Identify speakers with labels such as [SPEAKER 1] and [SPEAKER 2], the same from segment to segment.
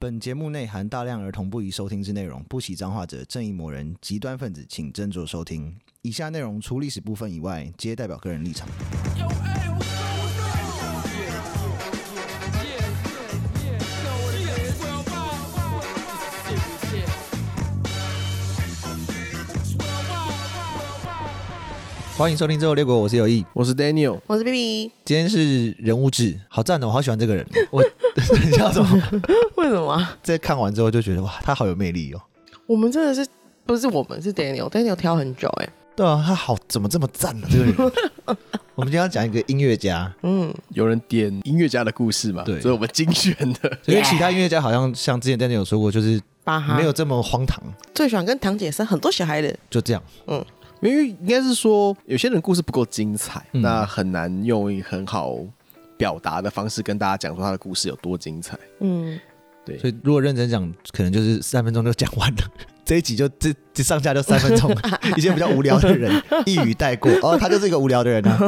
[SPEAKER 1] 本节目内含大量儿童不宜收听之内容，不喜脏话者、正义魔人、极端分子，请斟酌收听。以下内容除历史部分以外，皆代表个人立场。欢迎收听《最后列国》，我是有意。
[SPEAKER 2] 我是 Daniel，
[SPEAKER 3] 我是 B B，
[SPEAKER 1] 今天是人物志，好赞哦！我好喜欢这个人。我 你知道什么？
[SPEAKER 3] 为什么啊？
[SPEAKER 1] 在看完之后就觉得哇，他好有魅力哦。
[SPEAKER 3] 我们真的是不是我们是 Daniel，Daniel 挑很久哎、
[SPEAKER 1] 对啊，他好怎么这么赞呢、这个人，我们今天要讲一个音乐家，
[SPEAKER 3] 嗯，
[SPEAKER 2] 有人点音乐家的故事嘛？
[SPEAKER 1] 对
[SPEAKER 2] 所以我们精选的。
[SPEAKER 1] 因为其他音乐家好像像之前 Daniel 有说过，就是
[SPEAKER 3] 巴哈
[SPEAKER 1] 没有这么荒唐，
[SPEAKER 3] 最喜欢跟堂姐生很多小孩的，
[SPEAKER 1] 就这样。
[SPEAKER 2] 因为应该是说，有些人故事不够精彩，
[SPEAKER 1] 嗯
[SPEAKER 2] 那很难用一个很好表达的方式跟大家讲说他的故事有多精彩。
[SPEAKER 3] 嗯，
[SPEAKER 2] 对，
[SPEAKER 1] 所以如果认真讲，可能就是三分钟就讲完了。 这一集就这这上下就三分钟，一些比较无聊的人一语带过。哦，他就是一个无聊的人啊。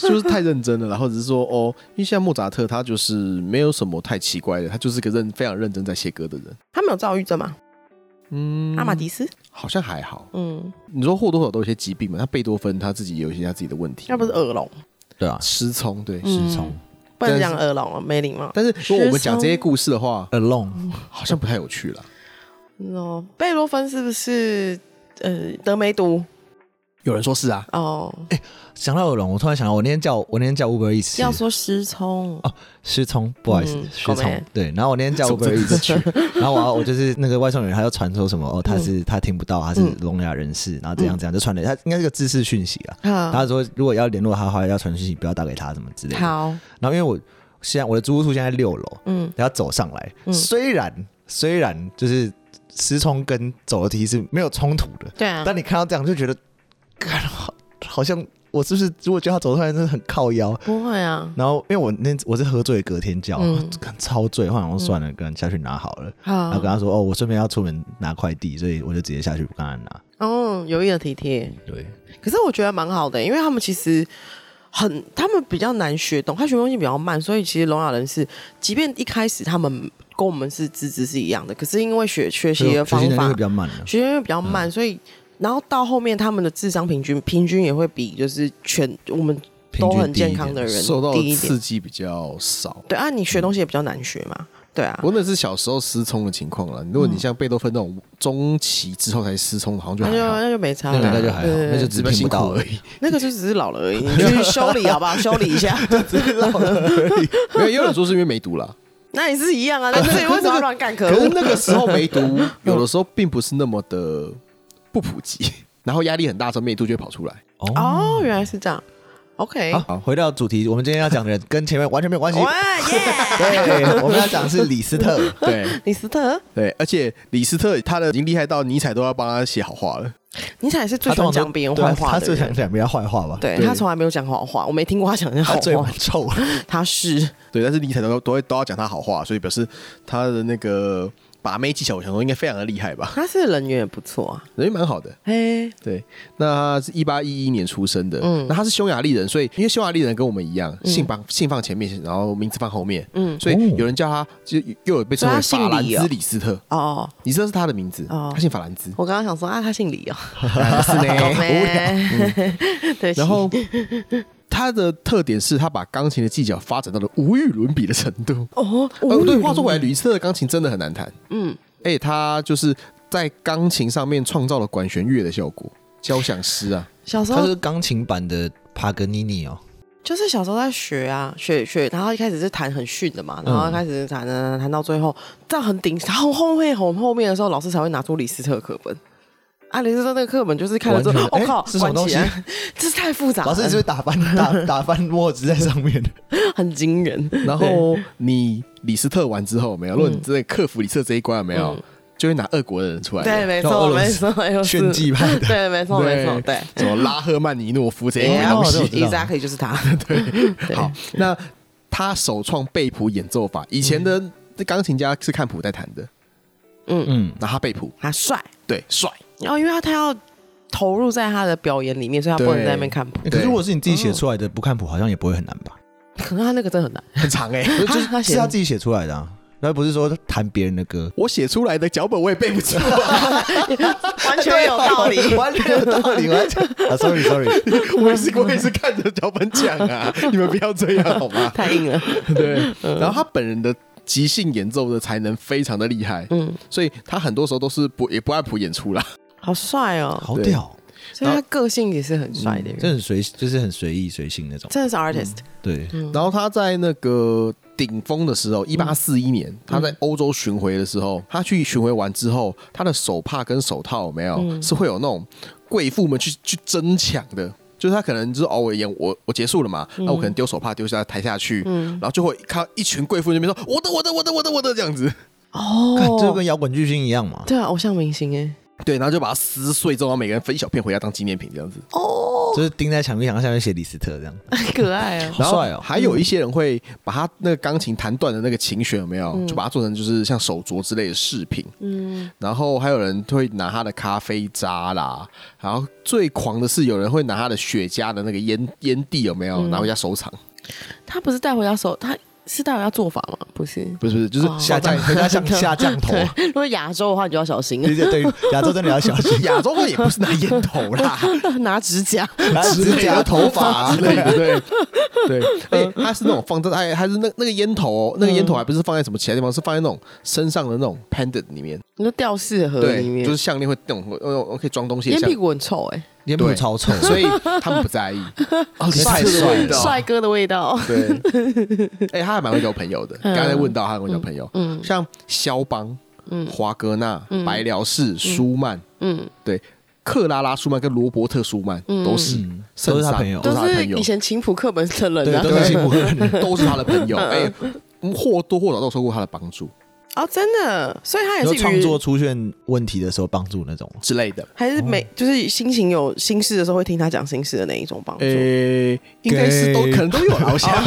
[SPEAKER 2] 就是太认真了，然后只是说哦，因为像莫扎特，他就是没有什么太奇怪的，他就是个认非常认真在写歌的人。
[SPEAKER 3] 他们有躁郁症吗？
[SPEAKER 2] 嗯，
[SPEAKER 3] 阿玛迪斯，
[SPEAKER 2] 好像还好。
[SPEAKER 3] 嗯，
[SPEAKER 2] 你说或多或少都有些疾病嘛，他贝多芬他自己也有一些他自己的问题，
[SPEAKER 3] 要不是耳聋，
[SPEAKER 1] 对啊，
[SPEAKER 2] 失聪，对。
[SPEAKER 3] 嗯
[SPEAKER 1] 失聪
[SPEAKER 3] 不
[SPEAKER 2] 但
[SPEAKER 3] 然
[SPEAKER 2] 是
[SPEAKER 3] 讲耳聋啊，没礼貌。
[SPEAKER 2] 但是如果我们讲这些故事的话，
[SPEAKER 1] alone，
[SPEAKER 2] 好像不太有趣了。
[SPEAKER 3] 哦，贝多芬是不是呃德梅毒？
[SPEAKER 2] 有人说是啊，
[SPEAKER 3] 哦，
[SPEAKER 1] 想到耳聋，我突然想到，我那天叫我那天叫 Uber Eats，
[SPEAKER 3] 要说失聪，
[SPEAKER 1] 哦失聪，不好意思
[SPEAKER 3] 嗯，
[SPEAKER 1] 失
[SPEAKER 3] 狗妹
[SPEAKER 1] 聪。对，然后我那天叫
[SPEAKER 2] 怎么
[SPEAKER 1] Uber
[SPEAKER 2] 这么
[SPEAKER 1] Eats 去，然后我要我就是那个外送员，他就传说什么哦，他是他听不到，他是
[SPEAKER 3] 嗯
[SPEAKER 1] 聋哑人士，然后怎样怎样，就传了他应该是个知识讯息啊。
[SPEAKER 3] 好
[SPEAKER 1] 他，说如果要联络他的话，要传讯息，不要打给他什么之类的。
[SPEAKER 3] 嗯好，
[SPEAKER 1] 然后因为我现在我的租屋处现在六楼，
[SPEAKER 3] 嗯，
[SPEAKER 1] 然后走上来，
[SPEAKER 3] 嗯
[SPEAKER 1] 虽然虽然就是失聪跟走楼梯是没有冲突的，
[SPEAKER 3] 对啊，
[SPEAKER 1] 但你看到这样就觉得，看好好像我是不是如果叫他走上来真的很靠腰。
[SPEAKER 3] 不会啊，
[SPEAKER 1] 然后因为我那我是喝醉，隔天叫，
[SPEAKER 3] 嗯
[SPEAKER 1] 干超醉，后来我想说算了，跟下去拿好了。然
[SPEAKER 3] 好
[SPEAKER 1] 后跟，他说哦，我顺便要出门拿快递，所以我就直接下去帮他拿。
[SPEAKER 3] 哦，有意的体贴，
[SPEAKER 1] 对，
[SPEAKER 3] 可是我觉得蛮好的、因为他们其实很，他们比较难学懂，他学东西比较慢，所以其实聋哑人士，即便一开始他们跟我们是资质是一样的，可是因为学学习的方
[SPEAKER 1] 学习能力
[SPEAKER 3] 法
[SPEAKER 1] 会比较慢啊嗯了。
[SPEAKER 3] 学习会比较慢，所以然后到后面他们的智商平均平均也会比就是全我们
[SPEAKER 1] 平
[SPEAKER 3] 都
[SPEAKER 1] 均
[SPEAKER 3] 很
[SPEAKER 1] 低一
[SPEAKER 3] 健
[SPEAKER 1] 点
[SPEAKER 3] 康的人
[SPEAKER 2] 受到
[SPEAKER 3] 低
[SPEAKER 2] 的
[SPEAKER 3] 一点
[SPEAKER 2] 刺。激比较少。
[SPEAKER 3] 对啊，你学东西也比较难学嘛，对啊
[SPEAKER 2] 不，过那是小时候失聪的情况了。如果你像贝多芬那种中期之后才失聪，好像就
[SPEAKER 3] 那就
[SPEAKER 2] 还好，
[SPEAKER 3] 那就没差
[SPEAKER 1] 那
[SPEAKER 3] 了，
[SPEAKER 1] 个应该就还好，
[SPEAKER 3] 对对
[SPEAKER 1] 那就只
[SPEAKER 3] 对
[SPEAKER 2] 只
[SPEAKER 1] 是
[SPEAKER 2] 不过
[SPEAKER 1] 听
[SPEAKER 2] 辛
[SPEAKER 1] 不到
[SPEAKER 2] 苦
[SPEAKER 1] 而
[SPEAKER 2] 而
[SPEAKER 1] 已。
[SPEAKER 2] 已。
[SPEAKER 3] 那个就只是老了而已，你去修理好不好？ 修理一下，
[SPEAKER 2] 没有，也有人说是因为梅毒啦。
[SPEAKER 3] 那也是一样啊。那自己为什么要乱干？可
[SPEAKER 2] 可
[SPEAKER 3] 恶
[SPEAKER 2] 是！那个时候梅 毒有的时候并不是那么的不普及， 然后压力很大的时候，梅毒就会跑出 来。
[SPEAKER 1] 哦，
[SPEAKER 3] 哦，原来是这样。OK，
[SPEAKER 1] 好，回到主题，我们今天要讲的人跟前面完全没有 关系。
[SPEAKER 3] 哇 耶！
[SPEAKER 1] 对，我们要讲的是李斯特。
[SPEAKER 2] 对
[SPEAKER 3] 李斯特，
[SPEAKER 2] 对，而且李斯特他的已经厉害到尼采都要帮他写好话了。
[SPEAKER 3] 你才是 最
[SPEAKER 1] 他
[SPEAKER 3] 喜
[SPEAKER 1] 通
[SPEAKER 3] 欢
[SPEAKER 1] 常
[SPEAKER 3] 讲别人坏
[SPEAKER 1] 对啊
[SPEAKER 3] 话
[SPEAKER 1] 他
[SPEAKER 3] 的
[SPEAKER 1] 最想
[SPEAKER 3] 人。
[SPEAKER 1] 讲别人坏话吧？，
[SPEAKER 3] 对
[SPEAKER 2] 对
[SPEAKER 3] 他从来没有讲好话，我没听过他讲人
[SPEAKER 1] 他
[SPEAKER 3] 好
[SPEAKER 1] 嘴
[SPEAKER 3] 话
[SPEAKER 1] 蛮。臭的。
[SPEAKER 3] 他是
[SPEAKER 2] 对，但是尼采都都会都要讲他好话，所以表示他的那个把妹技巧，我想说应该非常的厉害吧，
[SPEAKER 3] 他是人缘也不错啊。
[SPEAKER 2] 人也蛮好的。
[SPEAKER 3] 嘿，
[SPEAKER 2] 对，那他是一八一一年出生的，
[SPEAKER 3] 嗯
[SPEAKER 2] 那他是匈牙利人，所以因为匈牙利人跟我们一样，姓放姓放前面，然后名字放后面，
[SPEAKER 3] 嗯，
[SPEAKER 2] 所以有人叫他就又有被称为
[SPEAKER 3] 所以
[SPEAKER 2] 法
[SPEAKER 3] 他
[SPEAKER 2] 兰
[SPEAKER 3] 姓李哦
[SPEAKER 2] 兹李斯特，
[SPEAKER 3] 哦，
[SPEAKER 2] 李斯特是他的名字，
[SPEAKER 3] 哦
[SPEAKER 2] 他姓法兰 兹，
[SPEAKER 3] 我刚刚想说啊，他姓李哦，
[SPEAKER 2] 是
[SPEAKER 3] 狗
[SPEAKER 2] 呢。
[SPEAKER 3] 妹， 对不起。
[SPEAKER 2] 然后他的特点是他把钢琴的技巧发展到了无与伦比的程度。
[SPEAKER 3] 哦，
[SPEAKER 2] 哦，
[SPEAKER 3] 无
[SPEAKER 2] 对，
[SPEAKER 3] 语
[SPEAKER 2] 话说回来，李斯特的钢琴真的很难弹，
[SPEAKER 3] 嗯，
[SPEAKER 2] 哎、他就是在钢琴上面创造了管弦乐的效果，交响诗啊。
[SPEAKER 3] 小时
[SPEAKER 1] 他
[SPEAKER 3] 候
[SPEAKER 1] 是钢琴版的帕格尼尼哦，
[SPEAKER 3] 就是小时候在学啊，学学，然后一开始是弹很逊的嘛，然后
[SPEAKER 1] 嗯
[SPEAKER 3] 开始弹弹弹弹到最后，到很顶，然后后面很后面的时候，老师才会拿出李斯特课本。啊，李斯特那个课本就是看了之后，
[SPEAKER 1] 完全
[SPEAKER 3] 我、靠，
[SPEAKER 1] 哎是什么东西
[SPEAKER 3] 关起来？这是太复杂了，
[SPEAKER 1] 老师是不是打翻 打打翻墨汁在上面？
[SPEAKER 3] 很惊人。
[SPEAKER 2] 然后你李斯特完之后有没有？如果你真的克服李斯特这一关有没有，
[SPEAKER 3] 嗯
[SPEAKER 2] 就会拿俄国的人出来，
[SPEAKER 3] 对，没
[SPEAKER 1] 哎俄
[SPEAKER 3] 错，
[SPEAKER 1] 罗
[SPEAKER 3] 没
[SPEAKER 1] 斯
[SPEAKER 3] 错，又 是
[SPEAKER 1] 炫技 派的。
[SPEAKER 3] 对，没错，没错，对。，哦
[SPEAKER 2] 什么拉赫曼尼诺夫这些鬼
[SPEAKER 1] 哎
[SPEAKER 2] 东西。
[SPEAKER 1] 我知道
[SPEAKER 3] exactly 就 是他。对
[SPEAKER 2] 好，那他首创贝谱演奏法，以前
[SPEAKER 3] 嗯
[SPEAKER 2] 的钢琴家是看谱在弹的，
[SPEAKER 1] 嗯，
[SPEAKER 2] 那他贝谱，
[SPEAKER 3] 他帅，
[SPEAKER 2] 对， 帅，
[SPEAKER 3] 然后因为他他要投入在他的表演里面，所以他不能
[SPEAKER 2] 对
[SPEAKER 3] 在那边看谱。
[SPEAKER 1] 可是如果是你自己写出来的，不看谱好像也不会很难吧？
[SPEAKER 3] 可能他那个真的很难，
[SPEAKER 2] 很长哎、
[SPEAKER 1] 不是，就
[SPEAKER 3] 他
[SPEAKER 1] 是
[SPEAKER 3] 写
[SPEAKER 1] 是他自己写出来的啊。然后不是说弹别人的歌，
[SPEAKER 2] 我写出来的脚本我也背不住，
[SPEAKER 3] 完全有道 理。
[SPEAKER 1] 完全有道理，完全啊，sorry sorry，
[SPEAKER 2] 我也是我也是看着脚本讲 啊，你们不要这样好 吗？
[SPEAKER 3] 太硬了，
[SPEAKER 2] 对，
[SPEAKER 3] 嗯
[SPEAKER 2] 然后他本人的即兴演奏的才能非常的厉害，
[SPEAKER 3] 嗯，
[SPEAKER 2] 所以他很多时候都是不也不按谱演出啦。
[SPEAKER 3] 好帅哦！
[SPEAKER 1] 好屌，
[SPEAKER 3] 所以他个性也是很帅的一个
[SPEAKER 1] 这
[SPEAKER 3] 人，
[SPEAKER 1] 很随，嗯就是很随意随性那种。
[SPEAKER 3] 真的是 artist。
[SPEAKER 1] 对，
[SPEAKER 3] 嗯
[SPEAKER 2] 然后他在那个顶峰的时候，一八四一
[SPEAKER 3] 嗯
[SPEAKER 2] 年，他在欧洲巡回的时候，他去巡回完之后，他的手帕跟手套有没有、
[SPEAKER 3] 嗯
[SPEAKER 2] 是会有那种贵妇们去去争抢的。就是他可能就是哦，我演我我结束了嘛，
[SPEAKER 3] 嗯
[SPEAKER 2] 那、我可能丢手帕丢下台下去，然后就会看到一群贵妇那边说我的我的我的我的我的这样子，
[SPEAKER 1] 看这就
[SPEAKER 3] 哦，
[SPEAKER 1] 跟摇滚巨星一样嘛。
[SPEAKER 3] 对啊，偶像明星哎，
[SPEAKER 2] 对，然后就把它撕碎之后，然后每个人分一小片回家当纪念品这样子。
[SPEAKER 3] 哦，
[SPEAKER 1] 就是钉在墙壁上，下面写李斯特这样，
[SPEAKER 3] 很 可爱啊。
[SPEAKER 1] 好帅哦！
[SPEAKER 2] 还有一些人会把他那个钢琴弹断的那个琴弦有没
[SPEAKER 1] 嗯
[SPEAKER 2] 有，就把它做成就是像手镯之类的饰品。
[SPEAKER 3] 嗯，
[SPEAKER 2] 然后还有人会拿他的咖啡渣啦，然后最狂的是有人会拿他的雪茄的那个烟烟蒂有没有
[SPEAKER 1] 嗯
[SPEAKER 2] 拿回家收藏？
[SPEAKER 3] 他不是带回家手，他是带回家做法吗？不是。
[SPEAKER 2] 不是不是，就是，
[SPEAKER 3] 哦
[SPEAKER 1] 下降，回家 像下降头，
[SPEAKER 3] 对， 如果亚洲的话，你就要小心了
[SPEAKER 1] 对，对对，亚洲真的要小心
[SPEAKER 2] 亚洲人 也不是拿烟头啦，
[SPEAKER 3] 拿指甲。
[SPEAKER 1] 然后
[SPEAKER 2] 指
[SPEAKER 1] 指
[SPEAKER 2] 甲
[SPEAKER 1] 甲
[SPEAKER 2] 头 发之类的，对对。哎、他是那种放在哎，还是那那个烟头、哦，那个烟头还不是放在什么其他地方，是放在那种身上的那种 pendant 里面，
[SPEAKER 3] 你说吊饰盒
[SPEAKER 2] 对
[SPEAKER 3] 呃里，面，
[SPEAKER 2] 就是项链会那种那种可以装东西的
[SPEAKER 3] 烟
[SPEAKER 2] 项
[SPEAKER 3] 屁。股很臭哎、
[SPEAKER 1] 脸谱超臭，
[SPEAKER 2] 所以他们不在 意，哦，
[SPEAKER 1] 太帅了
[SPEAKER 3] 帅哥的味道。
[SPEAKER 2] 对， 哎、他还蛮会交朋友的。刚才问到他很会交朋友，
[SPEAKER 3] 嗯
[SPEAKER 2] 像肖邦、
[SPEAKER 3] 嗯
[SPEAKER 2] 华格纳、白辽士、舒曼、
[SPEAKER 3] 嗯，
[SPEAKER 2] 克拉拉舒曼跟罗伯特舒曼
[SPEAKER 3] 嗯
[SPEAKER 2] 都是
[SPEAKER 1] 嗯，
[SPEAKER 2] 圣
[SPEAKER 1] 都是他
[SPEAKER 2] 上
[SPEAKER 1] 朋友
[SPEAKER 2] 都
[SPEAKER 3] 都
[SPEAKER 2] 是他的
[SPEAKER 3] 是
[SPEAKER 2] 朋友
[SPEAKER 3] 以前琴谱课本的人
[SPEAKER 1] 对，
[SPEAKER 3] 啊
[SPEAKER 1] 都是辛苦的 人。
[SPEAKER 2] 都是他的朋友，
[SPEAKER 3] 嗯
[SPEAKER 2] 哎，或多或少都受过他的帮助
[SPEAKER 3] 哦，真的，所以他也
[SPEAKER 1] 然后
[SPEAKER 3] 是
[SPEAKER 1] 创作
[SPEAKER 3] 娱，
[SPEAKER 1] 出现问题的时候帮助那种，
[SPEAKER 2] 之类的。
[SPEAKER 3] 还是每就是心情有心事的时候会听他讲心事的那一种帮助。
[SPEAKER 2] 诶、哎应该是都
[SPEAKER 1] 给
[SPEAKER 2] 可能都有啦，我 想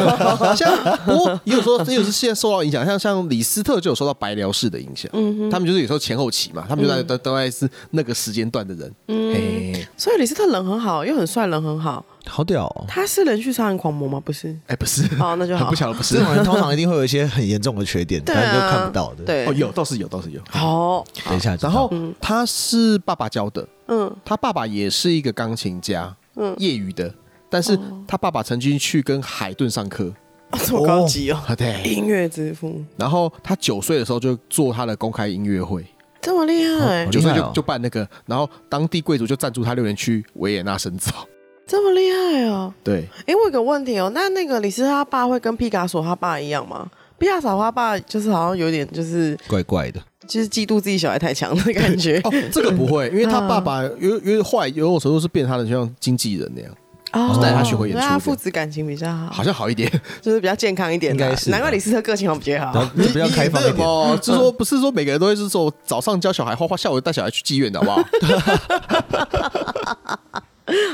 [SPEAKER 2] 像不过也有时候，也有时候现在受到影响，像像李斯特就有受到白辽士的影响，
[SPEAKER 3] 嗯
[SPEAKER 1] 嗯
[SPEAKER 2] 他们就是有时候前后期嘛，他们就在都都在是那个时间段的人，嗯，哎、
[SPEAKER 3] 所以李斯特人很好，又很帅，人很好。
[SPEAKER 1] 好屌哦！
[SPEAKER 3] 他是人去杀人狂魔吗？不是，
[SPEAKER 2] 哎不是，
[SPEAKER 3] 哦，那就
[SPEAKER 2] 很
[SPEAKER 3] 好
[SPEAKER 2] 不。巧的不是
[SPEAKER 1] 这，种人通常一定会有一些很严重的缺点，
[SPEAKER 3] 对
[SPEAKER 1] 但你就
[SPEAKER 3] 啊，
[SPEAKER 1] 看不到的。，
[SPEAKER 3] 对，
[SPEAKER 2] 哦，有倒是有倒是有，
[SPEAKER 3] 好，
[SPEAKER 1] 等一下知道，嗯
[SPEAKER 2] 然后他是爸爸教的，
[SPEAKER 3] 嗯，
[SPEAKER 2] 他爸爸也是一个钢琴家，
[SPEAKER 3] 嗯
[SPEAKER 2] 业余的，但是
[SPEAKER 1] 哦
[SPEAKER 2] 他爸爸曾经去跟海顿上课，
[SPEAKER 3] 哦这么高级哦，
[SPEAKER 2] 啊对，
[SPEAKER 3] 音乐之父
[SPEAKER 2] 然后他九岁的时候就做他的公开音乐会。
[SPEAKER 3] 这么厉害
[SPEAKER 1] 好厉，
[SPEAKER 2] 九
[SPEAKER 1] 害
[SPEAKER 2] 岁
[SPEAKER 1] 哦
[SPEAKER 2] 就就办那个，然后当地贵族就赞助他六年去维也纳深造。
[SPEAKER 3] 这么厉害哦。
[SPEAKER 2] 对，
[SPEAKER 3] 哎，我有个问题哦，那那个李斯特他爸会跟毕卡索他爸一样吗？毕卡索他爸就是好像有点就是
[SPEAKER 1] 怪怪的，
[SPEAKER 3] 就是嫉妒自己小孩太强的感觉
[SPEAKER 2] 哦，这个不会，因为他爸爸
[SPEAKER 1] 嗯
[SPEAKER 2] 有有后来有种程度是变他的像经纪人那样，
[SPEAKER 3] 哦
[SPEAKER 1] 带他
[SPEAKER 2] 去回演出
[SPEAKER 3] 那他父子感情比较好，
[SPEAKER 2] 好像好一点。
[SPEAKER 3] 就是比较健康一点的啊
[SPEAKER 1] 应该是
[SPEAKER 3] 难怪李斯特个性好比较
[SPEAKER 1] 然
[SPEAKER 3] 好
[SPEAKER 1] 后。 就比较开放一点。
[SPEAKER 2] 哦，就是说不是说每个人都会是说早上教小孩画画，下午带小孩去妓院的好不 好？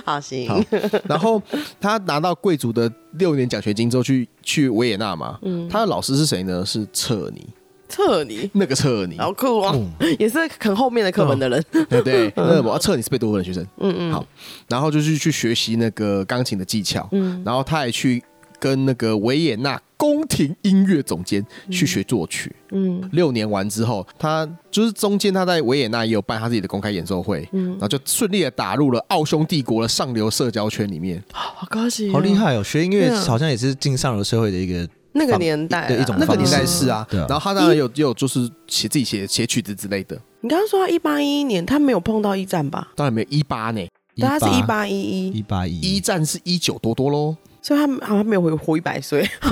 [SPEAKER 3] 好行，
[SPEAKER 2] 好然后他拿到贵族的六年奖学金之后去去维也纳嘛，他的老师是谁呢？是彻尼，
[SPEAKER 3] 特你
[SPEAKER 2] 那个彻尼，
[SPEAKER 3] 好酷哦， 也是很后面的课本的人。
[SPEAKER 2] 对 对，那我要测你啊是贝多芬的学生，嗯嗯，好，然后就是去学习那个钢琴的技巧， 嗯，然后他也去跟那个维也纳宫廷音乐总监去学作曲，
[SPEAKER 3] 嗯
[SPEAKER 2] 六年完之后，他就是中间他在维也纳也有办他自己的公开演奏会，嗯，然后就顺利的打入了奥匈帝国的上流社交圈里面，
[SPEAKER 3] 好高级，
[SPEAKER 1] 好厉！害哦！学音乐
[SPEAKER 3] 对啊
[SPEAKER 1] 好像也是进上流社会的一个，
[SPEAKER 3] 那个年代啊，
[SPEAKER 1] 对一种
[SPEAKER 2] 那个
[SPEAKER 1] 方
[SPEAKER 2] 年
[SPEAKER 1] 式
[SPEAKER 2] 代是啊，
[SPEAKER 1] 对啊
[SPEAKER 2] 然后他当然有也有就是写自己写写曲子之类的，
[SPEAKER 3] 你刚刚说他一八一一年，他没有碰到一战吧？
[SPEAKER 2] 当然没有一八
[SPEAKER 1] 嗯
[SPEAKER 2] 呢，
[SPEAKER 3] 但啊他是一八一一，
[SPEAKER 1] 一八一
[SPEAKER 2] 一战是一九多 多喽，
[SPEAKER 3] 所以他好像没有活活一百岁。 啊，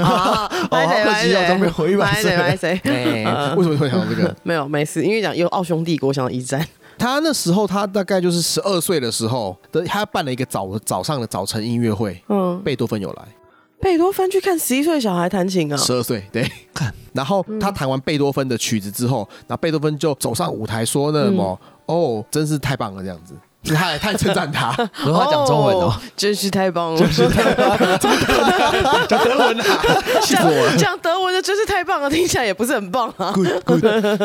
[SPEAKER 1] 好 可惜哦
[SPEAKER 3] 谁
[SPEAKER 1] 他没有活100岁
[SPEAKER 3] 谁谁
[SPEAKER 2] 哎为什么会想到这个？
[SPEAKER 3] 没有没事，因为讲有奥匈帝国，我想到一战。
[SPEAKER 2] 他那时候，他大概就是十二岁的时候，的他办了一个早早上的早晨音乐会，
[SPEAKER 3] 嗯，
[SPEAKER 2] 贝多芬有来，
[SPEAKER 3] 贝多芬去看十一岁小孩弹琴啊，
[SPEAKER 2] 十二岁对
[SPEAKER 1] 嗯看。
[SPEAKER 2] 然后他弹完贝多芬的曲子之后，然后贝多芬就走上舞台说那什么、
[SPEAKER 1] 嗯
[SPEAKER 2] 哦，真是太棒了这样子，就是他也太称 赞他，
[SPEAKER 1] 然后他讲中文哦，，
[SPEAKER 3] 真是太棒了，真是太 棒了，
[SPEAKER 2] 讲德文啊， 气死我了。
[SPEAKER 3] 讲德文的真是太棒了，听起来也不是很棒啊。
[SPEAKER 2] good good，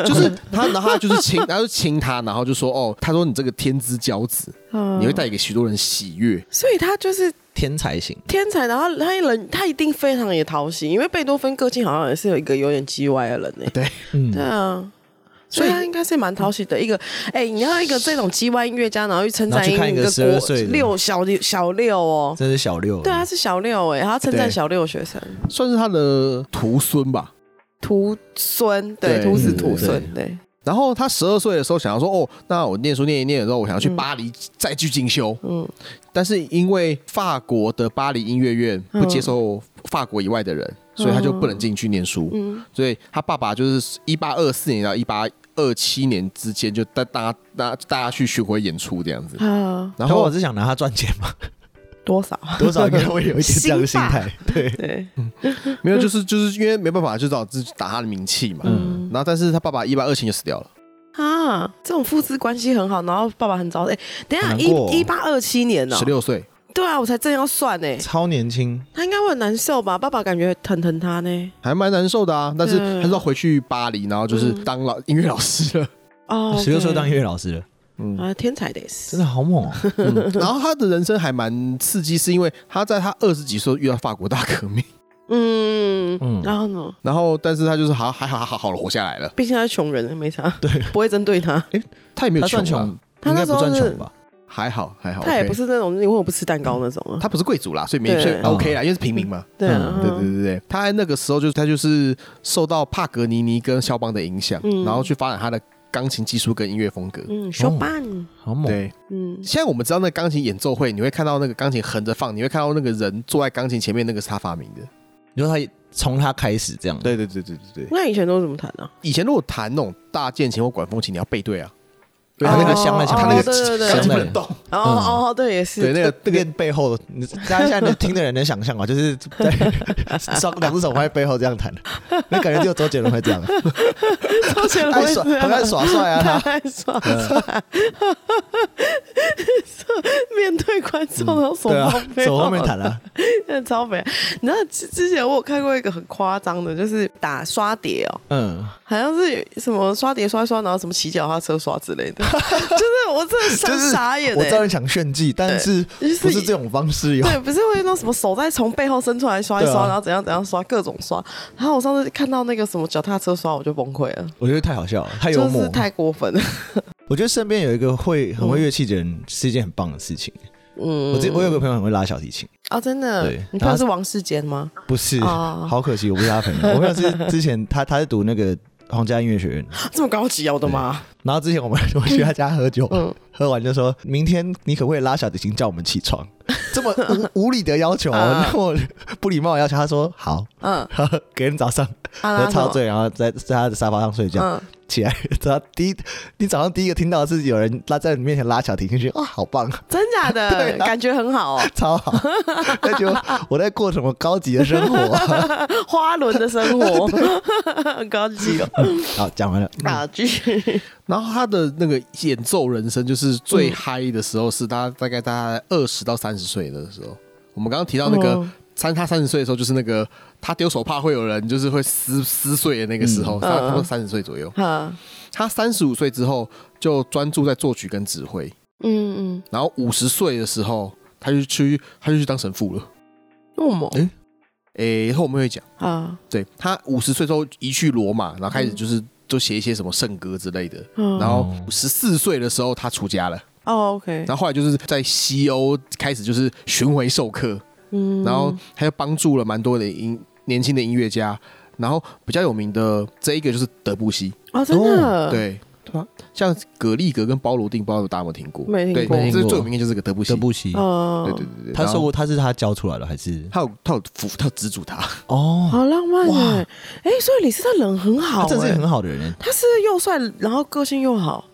[SPEAKER 2] 就是他，然后他就是亲，然后就亲他，然后就说哦，他说你这个天之骄子，
[SPEAKER 3] 嗯
[SPEAKER 2] 你会带给许多人喜悦。
[SPEAKER 3] 所以他就是
[SPEAKER 4] 天才型，
[SPEAKER 3] 天才的，他他一人他一定非常也讨喜，因为贝多芬个性好像也是有一个有点叽歪的人呢、
[SPEAKER 2] 对，
[SPEAKER 4] 嗯
[SPEAKER 3] 对，啊。所以他应该是蛮讨喜的一个，哎、你要一个这种叽歪音乐家，然后去称赞
[SPEAKER 1] 然后去看一
[SPEAKER 3] 一
[SPEAKER 1] 个
[SPEAKER 3] 国
[SPEAKER 1] 12岁的
[SPEAKER 3] 六小六小六哦，
[SPEAKER 1] 这是小六，
[SPEAKER 3] 对，他是小六哎、他称赞
[SPEAKER 2] 对
[SPEAKER 3] 小六学生，
[SPEAKER 2] 算是他的徒孙吧。
[SPEAKER 3] 徒孙对，
[SPEAKER 2] 对
[SPEAKER 3] 徒子
[SPEAKER 2] 嗯
[SPEAKER 3] 徒孙
[SPEAKER 4] 对
[SPEAKER 3] 对，
[SPEAKER 2] 然后他十二岁的时候想要说，哦，那我念书念一念的时候，我想要去
[SPEAKER 3] 嗯
[SPEAKER 2] 巴黎再去进修。
[SPEAKER 3] 嗯
[SPEAKER 2] 但是因为法国的巴黎音乐院不接受法国以外的人，所以他就不能进去念书。
[SPEAKER 3] 嗯
[SPEAKER 2] 所以他爸爸就是一八二四年到一八二七年之间，就带大家、大家、大家去巡回演出这样子。
[SPEAKER 3] 啊，
[SPEAKER 2] 然
[SPEAKER 1] 然后
[SPEAKER 2] 后
[SPEAKER 1] 我是想拿他赚钱嘛，
[SPEAKER 3] 多少？
[SPEAKER 1] 多少应该会有一点这样的 心态，对，
[SPEAKER 3] 对，
[SPEAKER 2] 没有，就是就是因为没办法，就找自己打他的名气嘛。
[SPEAKER 4] 嗯
[SPEAKER 2] 然后，但是他爸爸一八二七就死掉了。
[SPEAKER 3] 啊，这种父子关系很好，然后爸爸很早，哎、等一下
[SPEAKER 1] 很难过哦
[SPEAKER 3] 一一八二七年哦呢、
[SPEAKER 2] 十六岁，
[SPEAKER 3] 对啊，我才正要算呢、
[SPEAKER 1] 超年轻，
[SPEAKER 3] 他应该会很难受吧？爸爸感觉很疼他呢。
[SPEAKER 2] 还蛮难受的啊。但是
[SPEAKER 3] 嗯
[SPEAKER 2] 他是要回去巴黎，然后就是
[SPEAKER 3] 嗯
[SPEAKER 2] 当老音乐老师了。
[SPEAKER 3] 哦，
[SPEAKER 1] 十六岁
[SPEAKER 3] OK
[SPEAKER 1] 当音乐老师了，
[SPEAKER 2] 嗯，
[SPEAKER 3] 啊，天才的
[SPEAKER 1] 真
[SPEAKER 3] 是
[SPEAKER 1] 的好猛哦！
[SPEAKER 2] 嗯然后他的人生还蛮刺激，是因为他在他二十几岁遇到法国大革命，
[SPEAKER 3] 嗯
[SPEAKER 1] 嗯
[SPEAKER 3] 然后呢？
[SPEAKER 2] 然后但是他就是好还好还好好了活下来了，
[SPEAKER 3] 毕竟他是穷人，没啥，
[SPEAKER 1] 对，
[SPEAKER 3] 不会针对他，
[SPEAKER 2] 他也没有
[SPEAKER 1] 他算
[SPEAKER 2] 穷啊，
[SPEAKER 1] 穷， 应该不算穷吧？
[SPEAKER 2] 还好还好，
[SPEAKER 3] 他也
[SPEAKER 2] OK
[SPEAKER 3] 不是那种因为我不吃蛋糕那种
[SPEAKER 1] 嗯
[SPEAKER 3] 啊。
[SPEAKER 2] 他不是贵族啦，所以没
[SPEAKER 3] 对
[SPEAKER 2] 所以 OK 啦，因为是平民嘛。
[SPEAKER 3] 对啊，
[SPEAKER 2] 对对对对，他在那个时候就是他就是受到帕格尼尼跟肖邦的影响，
[SPEAKER 3] 嗯
[SPEAKER 2] 然后去发展他的钢琴技术跟音乐风格。
[SPEAKER 3] 嗯，手办，
[SPEAKER 1] 好猛！
[SPEAKER 2] 对，
[SPEAKER 3] 嗯
[SPEAKER 2] 现在我们知道那个钢琴演奏会，你会看到那个钢琴横着放，你会看到那个人坐在钢琴前面，那个是他发明的。
[SPEAKER 4] 你说他从他开始这样，
[SPEAKER 2] 对对对对对对，
[SPEAKER 3] 那以前都是怎么弹啊？
[SPEAKER 2] 以前如果弹那种大键琴或管风琴，你要背对啊，
[SPEAKER 4] 对他那个
[SPEAKER 3] 哦
[SPEAKER 4] 香的
[SPEAKER 3] 哦
[SPEAKER 4] 墙，
[SPEAKER 2] 他那个
[SPEAKER 3] 对对对
[SPEAKER 2] 小
[SPEAKER 4] 香
[SPEAKER 2] 琴不
[SPEAKER 4] 的
[SPEAKER 2] 能动。
[SPEAKER 3] 哦哦，对，也是，
[SPEAKER 2] 对，那 个
[SPEAKER 1] 嗯这个背后，你大家现在能听的人能想象吗？就是 在双两只手放在背后这样弹，那感觉只有周杰伦会 这样，啊
[SPEAKER 3] 超前
[SPEAKER 1] 爱耍很爱耍帅啊他。嗯
[SPEAKER 3] 太耍 帅，面对观众然 后手
[SPEAKER 1] 对啊
[SPEAKER 3] 放，飞，
[SPEAKER 1] 手后面弹啊，
[SPEAKER 3] 真的超肥。你知道之之前我有看过一个很夸张的，就是打刷碟哦，
[SPEAKER 1] 嗯，
[SPEAKER 3] 好像是什么刷碟刷一刷，然后什么骑脚踏车刷之类的， 就是我真的
[SPEAKER 1] 就
[SPEAKER 3] 傻
[SPEAKER 1] 是
[SPEAKER 3] 傻眼
[SPEAKER 1] 我
[SPEAKER 3] 哎、
[SPEAKER 1] 知道你想炫技，但是
[SPEAKER 3] 就是
[SPEAKER 1] 不是这种方式哟？
[SPEAKER 3] 对，不是会弄什么手再从背后伸出来刷一
[SPEAKER 1] 对
[SPEAKER 3] 刷，
[SPEAKER 1] 啊
[SPEAKER 3] 然后怎样怎样刷，各种刷。然后我上次看到那个什么脚踏车刷，我就崩溃了，
[SPEAKER 1] 我觉得太好笑了，太幽
[SPEAKER 3] 就
[SPEAKER 1] 默
[SPEAKER 3] 是
[SPEAKER 1] 了。
[SPEAKER 3] 太过分了。
[SPEAKER 1] 我觉得身边有一个会很会乐器的人是一件很棒的事情。
[SPEAKER 3] 嗯，
[SPEAKER 1] 我之我有个朋友很会拉小提琴，
[SPEAKER 3] 哦，真的
[SPEAKER 1] 对，
[SPEAKER 3] 你
[SPEAKER 1] 然
[SPEAKER 3] 朋
[SPEAKER 1] 后
[SPEAKER 3] 友是王世坚吗？
[SPEAKER 1] 不是，
[SPEAKER 3] 哦
[SPEAKER 1] 好可惜我不是他朋友。我朋友是之前他他是读那个皇家音乐学院，
[SPEAKER 3] 这么高级啊，我的妈！
[SPEAKER 1] 然后之前我们我去他家喝酒，
[SPEAKER 3] 嗯
[SPEAKER 1] 喝完就说明天你可不可以拉小提琴叫我们起床？ 这么无无理的要求，
[SPEAKER 3] 啊
[SPEAKER 1] 那么不礼貌的要求。他说好，
[SPEAKER 3] 嗯，
[SPEAKER 1] 给人早上
[SPEAKER 3] 阿
[SPEAKER 1] 喝
[SPEAKER 3] 拉
[SPEAKER 1] 超醉，然后在在他的沙发上睡觉，
[SPEAKER 3] 啊嗯，
[SPEAKER 1] 起来， 然后第一你早上第一个听到的是有人拉在你面前拉小提琴去，啊、 好棒，
[SPEAKER 3] 真假
[SPEAKER 1] 对
[SPEAKER 3] 的
[SPEAKER 1] 啊
[SPEAKER 3] 感觉很好哦，
[SPEAKER 1] 超 好。那就我在过什么高级的生活、啊
[SPEAKER 3] 花轮的生 活，很高级哦。
[SPEAKER 1] 好，讲完了，
[SPEAKER 3] 啊，继续，
[SPEAKER 2] 然后他的那个演奏人生，就是
[SPEAKER 3] 嗯
[SPEAKER 2] 最嗨的时候是他大概在二十到三十岁的时候。我们刚刚提到那个
[SPEAKER 3] 嗯
[SPEAKER 2] 三他三十岁的时候，就是那个他丢手帕会有人就是会撕撕碎的那个时候，
[SPEAKER 3] 嗯
[SPEAKER 2] 他
[SPEAKER 3] 嗯
[SPEAKER 2] 差不多三十岁左右。
[SPEAKER 3] 啊，
[SPEAKER 2] 他三十五岁之后就专注在作曲跟指挥，
[SPEAKER 3] 嗯嗯，
[SPEAKER 2] 然后五十岁的时候他就去他就去当神父了。
[SPEAKER 3] 那么
[SPEAKER 1] 诶
[SPEAKER 2] 诶、后面会讲。
[SPEAKER 3] 啊，
[SPEAKER 2] 对他五十岁之后移去罗马，然后开始就是就写一些什么圣歌之类的。
[SPEAKER 3] 嗯
[SPEAKER 2] 然后十四岁的时候他出家了，
[SPEAKER 3] 哦，OK，
[SPEAKER 2] 然后后来就是在西欧开始就是巡回授课，
[SPEAKER 3] 嗯，
[SPEAKER 2] 然后他就帮助了蛮多的音年轻的音乐家，然后比较有名的这一个就是德布西，
[SPEAKER 3] 哦，真的，，
[SPEAKER 2] 对对吧？像格力格跟包罗定，不知道大家有没有听过？
[SPEAKER 3] 没听
[SPEAKER 2] 对，
[SPEAKER 3] 过
[SPEAKER 1] 没听
[SPEAKER 2] 这
[SPEAKER 1] 过
[SPEAKER 2] 最有名的就是这个德布西。
[SPEAKER 4] 德布西，
[SPEAKER 3] 哦，
[SPEAKER 2] 对对对对，
[SPEAKER 4] 他
[SPEAKER 2] 然后
[SPEAKER 4] 说过他是他教出来的还是
[SPEAKER 2] 他有他有辅他有资助他，
[SPEAKER 4] 哦，
[SPEAKER 3] 好浪漫
[SPEAKER 4] 哇
[SPEAKER 3] 哎，哎，所以李斯特人很好
[SPEAKER 4] 他
[SPEAKER 3] 欸，
[SPEAKER 4] 真的是一个很好的人，
[SPEAKER 3] 他是又帅，然后个性又好，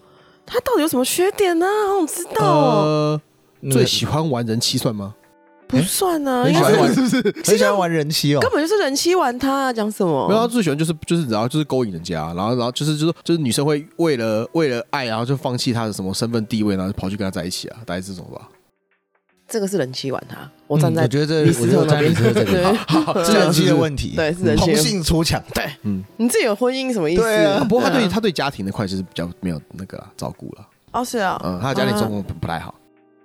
[SPEAKER 3] 他到底有什么缺点呢？我想知道哦，
[SPEAKER 2] 呃，
[SPEAKER 1] 嗯
[SPEAKER 4] 那个
[SPEAKER 2] 最喜欢玩人妻算吗？
[SPEAKER 3] 不算呢，
[SPEAKER 1] 很
[SPEAKER 3] 应
[SPEAKER 1] 喜欢
[SPEAKER 3] 该是
[SPEAKER 1] 玩，是不是？很喜欢玩人妻哦，
[SPEAKER 3] 根本就是人妻玩他啊，讲什么？
[SPEAKER 2] 没有，他最喜欢就是就是然后就是勾引人家，然后然后就是就是就是女生会为了为了爱，然后就放弃她的什么身份地位，然后就跑去跟他在一起啊，大概是这种吧。
[SPEAKER 3] 这个是人妻玩他，我
[SPEAKER 4] 嗯
[SPEAKER 3] 站在
[SPEAKER 4] 我觉得这
[SPEAKER 3] 李斯
[SPEAKER 4] 我觉得我
[SPEAKER 3] 特那
[SPEAKER 4] 站
[SPEAKER 3] 边，
[SPEAKER 4] 李斯特这
[SPEAKER 3] 对
[SPEAKER 4] 个，
[SPEAKER 1] 是人妻的问题，
[SPEAKER 3] 对，是人妻
[SPEAKER 1] 同
[SPEAKER 3] 的。
[SPEAKER 1] 性出墙，
[SPEAKER 3] 对
[SPEAKER 2] 嗯，
[SPEAKER 3] 你自己有婚姻什么意思？
[SPEAKER 1] 对啊
[SPEAKER 2] 啊、不过他对
[SPEAKER 3] 嗯
[SPEAKER 2] 他对家庭的快就是比较没有那个啦照顾了，呃
[SPEAKER 3] 哦是啊，
[SPEAKER 2] 嗯，他的家庭状况不不太好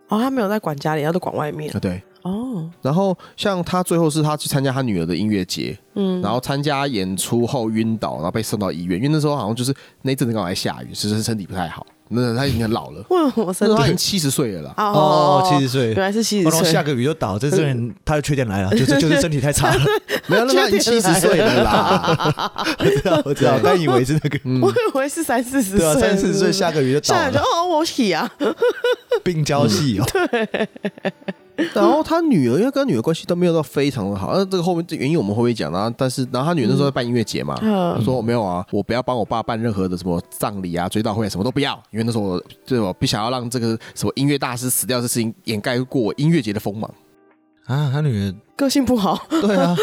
[SPEAKER 3] 哦他没有在管家里，他都管外面
[SPEAKER 2] 啊，对，
[SPEAKER 3] 哦，，
[SPEAKER 2] 然后像他最后是他去参加他女儿的音乐节，嗯，然后参加演出后晕倒，然后被送到医院，因为那时候好像就是那一阵子刚好还下雨，其实身体不太好，那他已经很老了
[SPEAKER 3] 为什么
[SPEAKER 2] 那
[SPEAKER 3] 身
[SPEAKER 2] 时候他已
[SPEAKER 3] 体
[SPEAKER 2] 经？七十岁了啦。
[SPEAKER 1] 哦，七十岁
[SPEAKER 3] 原，来是七
[SPEAKER 1] 然
[SPEAKER 3] 十
[SPEAKER 1] 后下
[SPEAKER 3] 岁，
[SPEAKER 1] 个雨就倒，这这人他的缺点 来了，就是就是身体太差了。
[SPEAKER 2] 没有，那时 候他已经七十岁了啦。
[SPEAKER 1] 我知道，我知道，但以为是那个，
[SPEAKER 3] 我以为是三四十
[SPEAKER 1] 对啊，
[SPEAKER 3] 岁，
[SPEAKER 1] 三四十岁下个雨就倒
[SPEAKER 3] 下来就
[SPEAKER 1] 了，
[SPEAKER 3] 哦，我起啊，
[SPEAKER 1] 病娇系哦。
[SPEAKER 2] 然后他女儿，因为跟他女儿关系都没有到非常的好，那这个后面这原因我们会不会讲呢？然后但是，然后他女儿那时候在办音乐节嘛，
[SPEAKER 3] 嗯
[SPEAKER 2] 他说没有啊，我不要帮我爸办任何的什么葬礼啊、追悼会啊，什么都不要，因为那时候我就是我不想要让这个什么音乐大师死掉的事情掩盖过我音乐节的锋芒。
[SPEAKER 1] 啊，他女儿，
[SPEAKER 3] 个性不好，
[SPEAKER 1] 对 啊，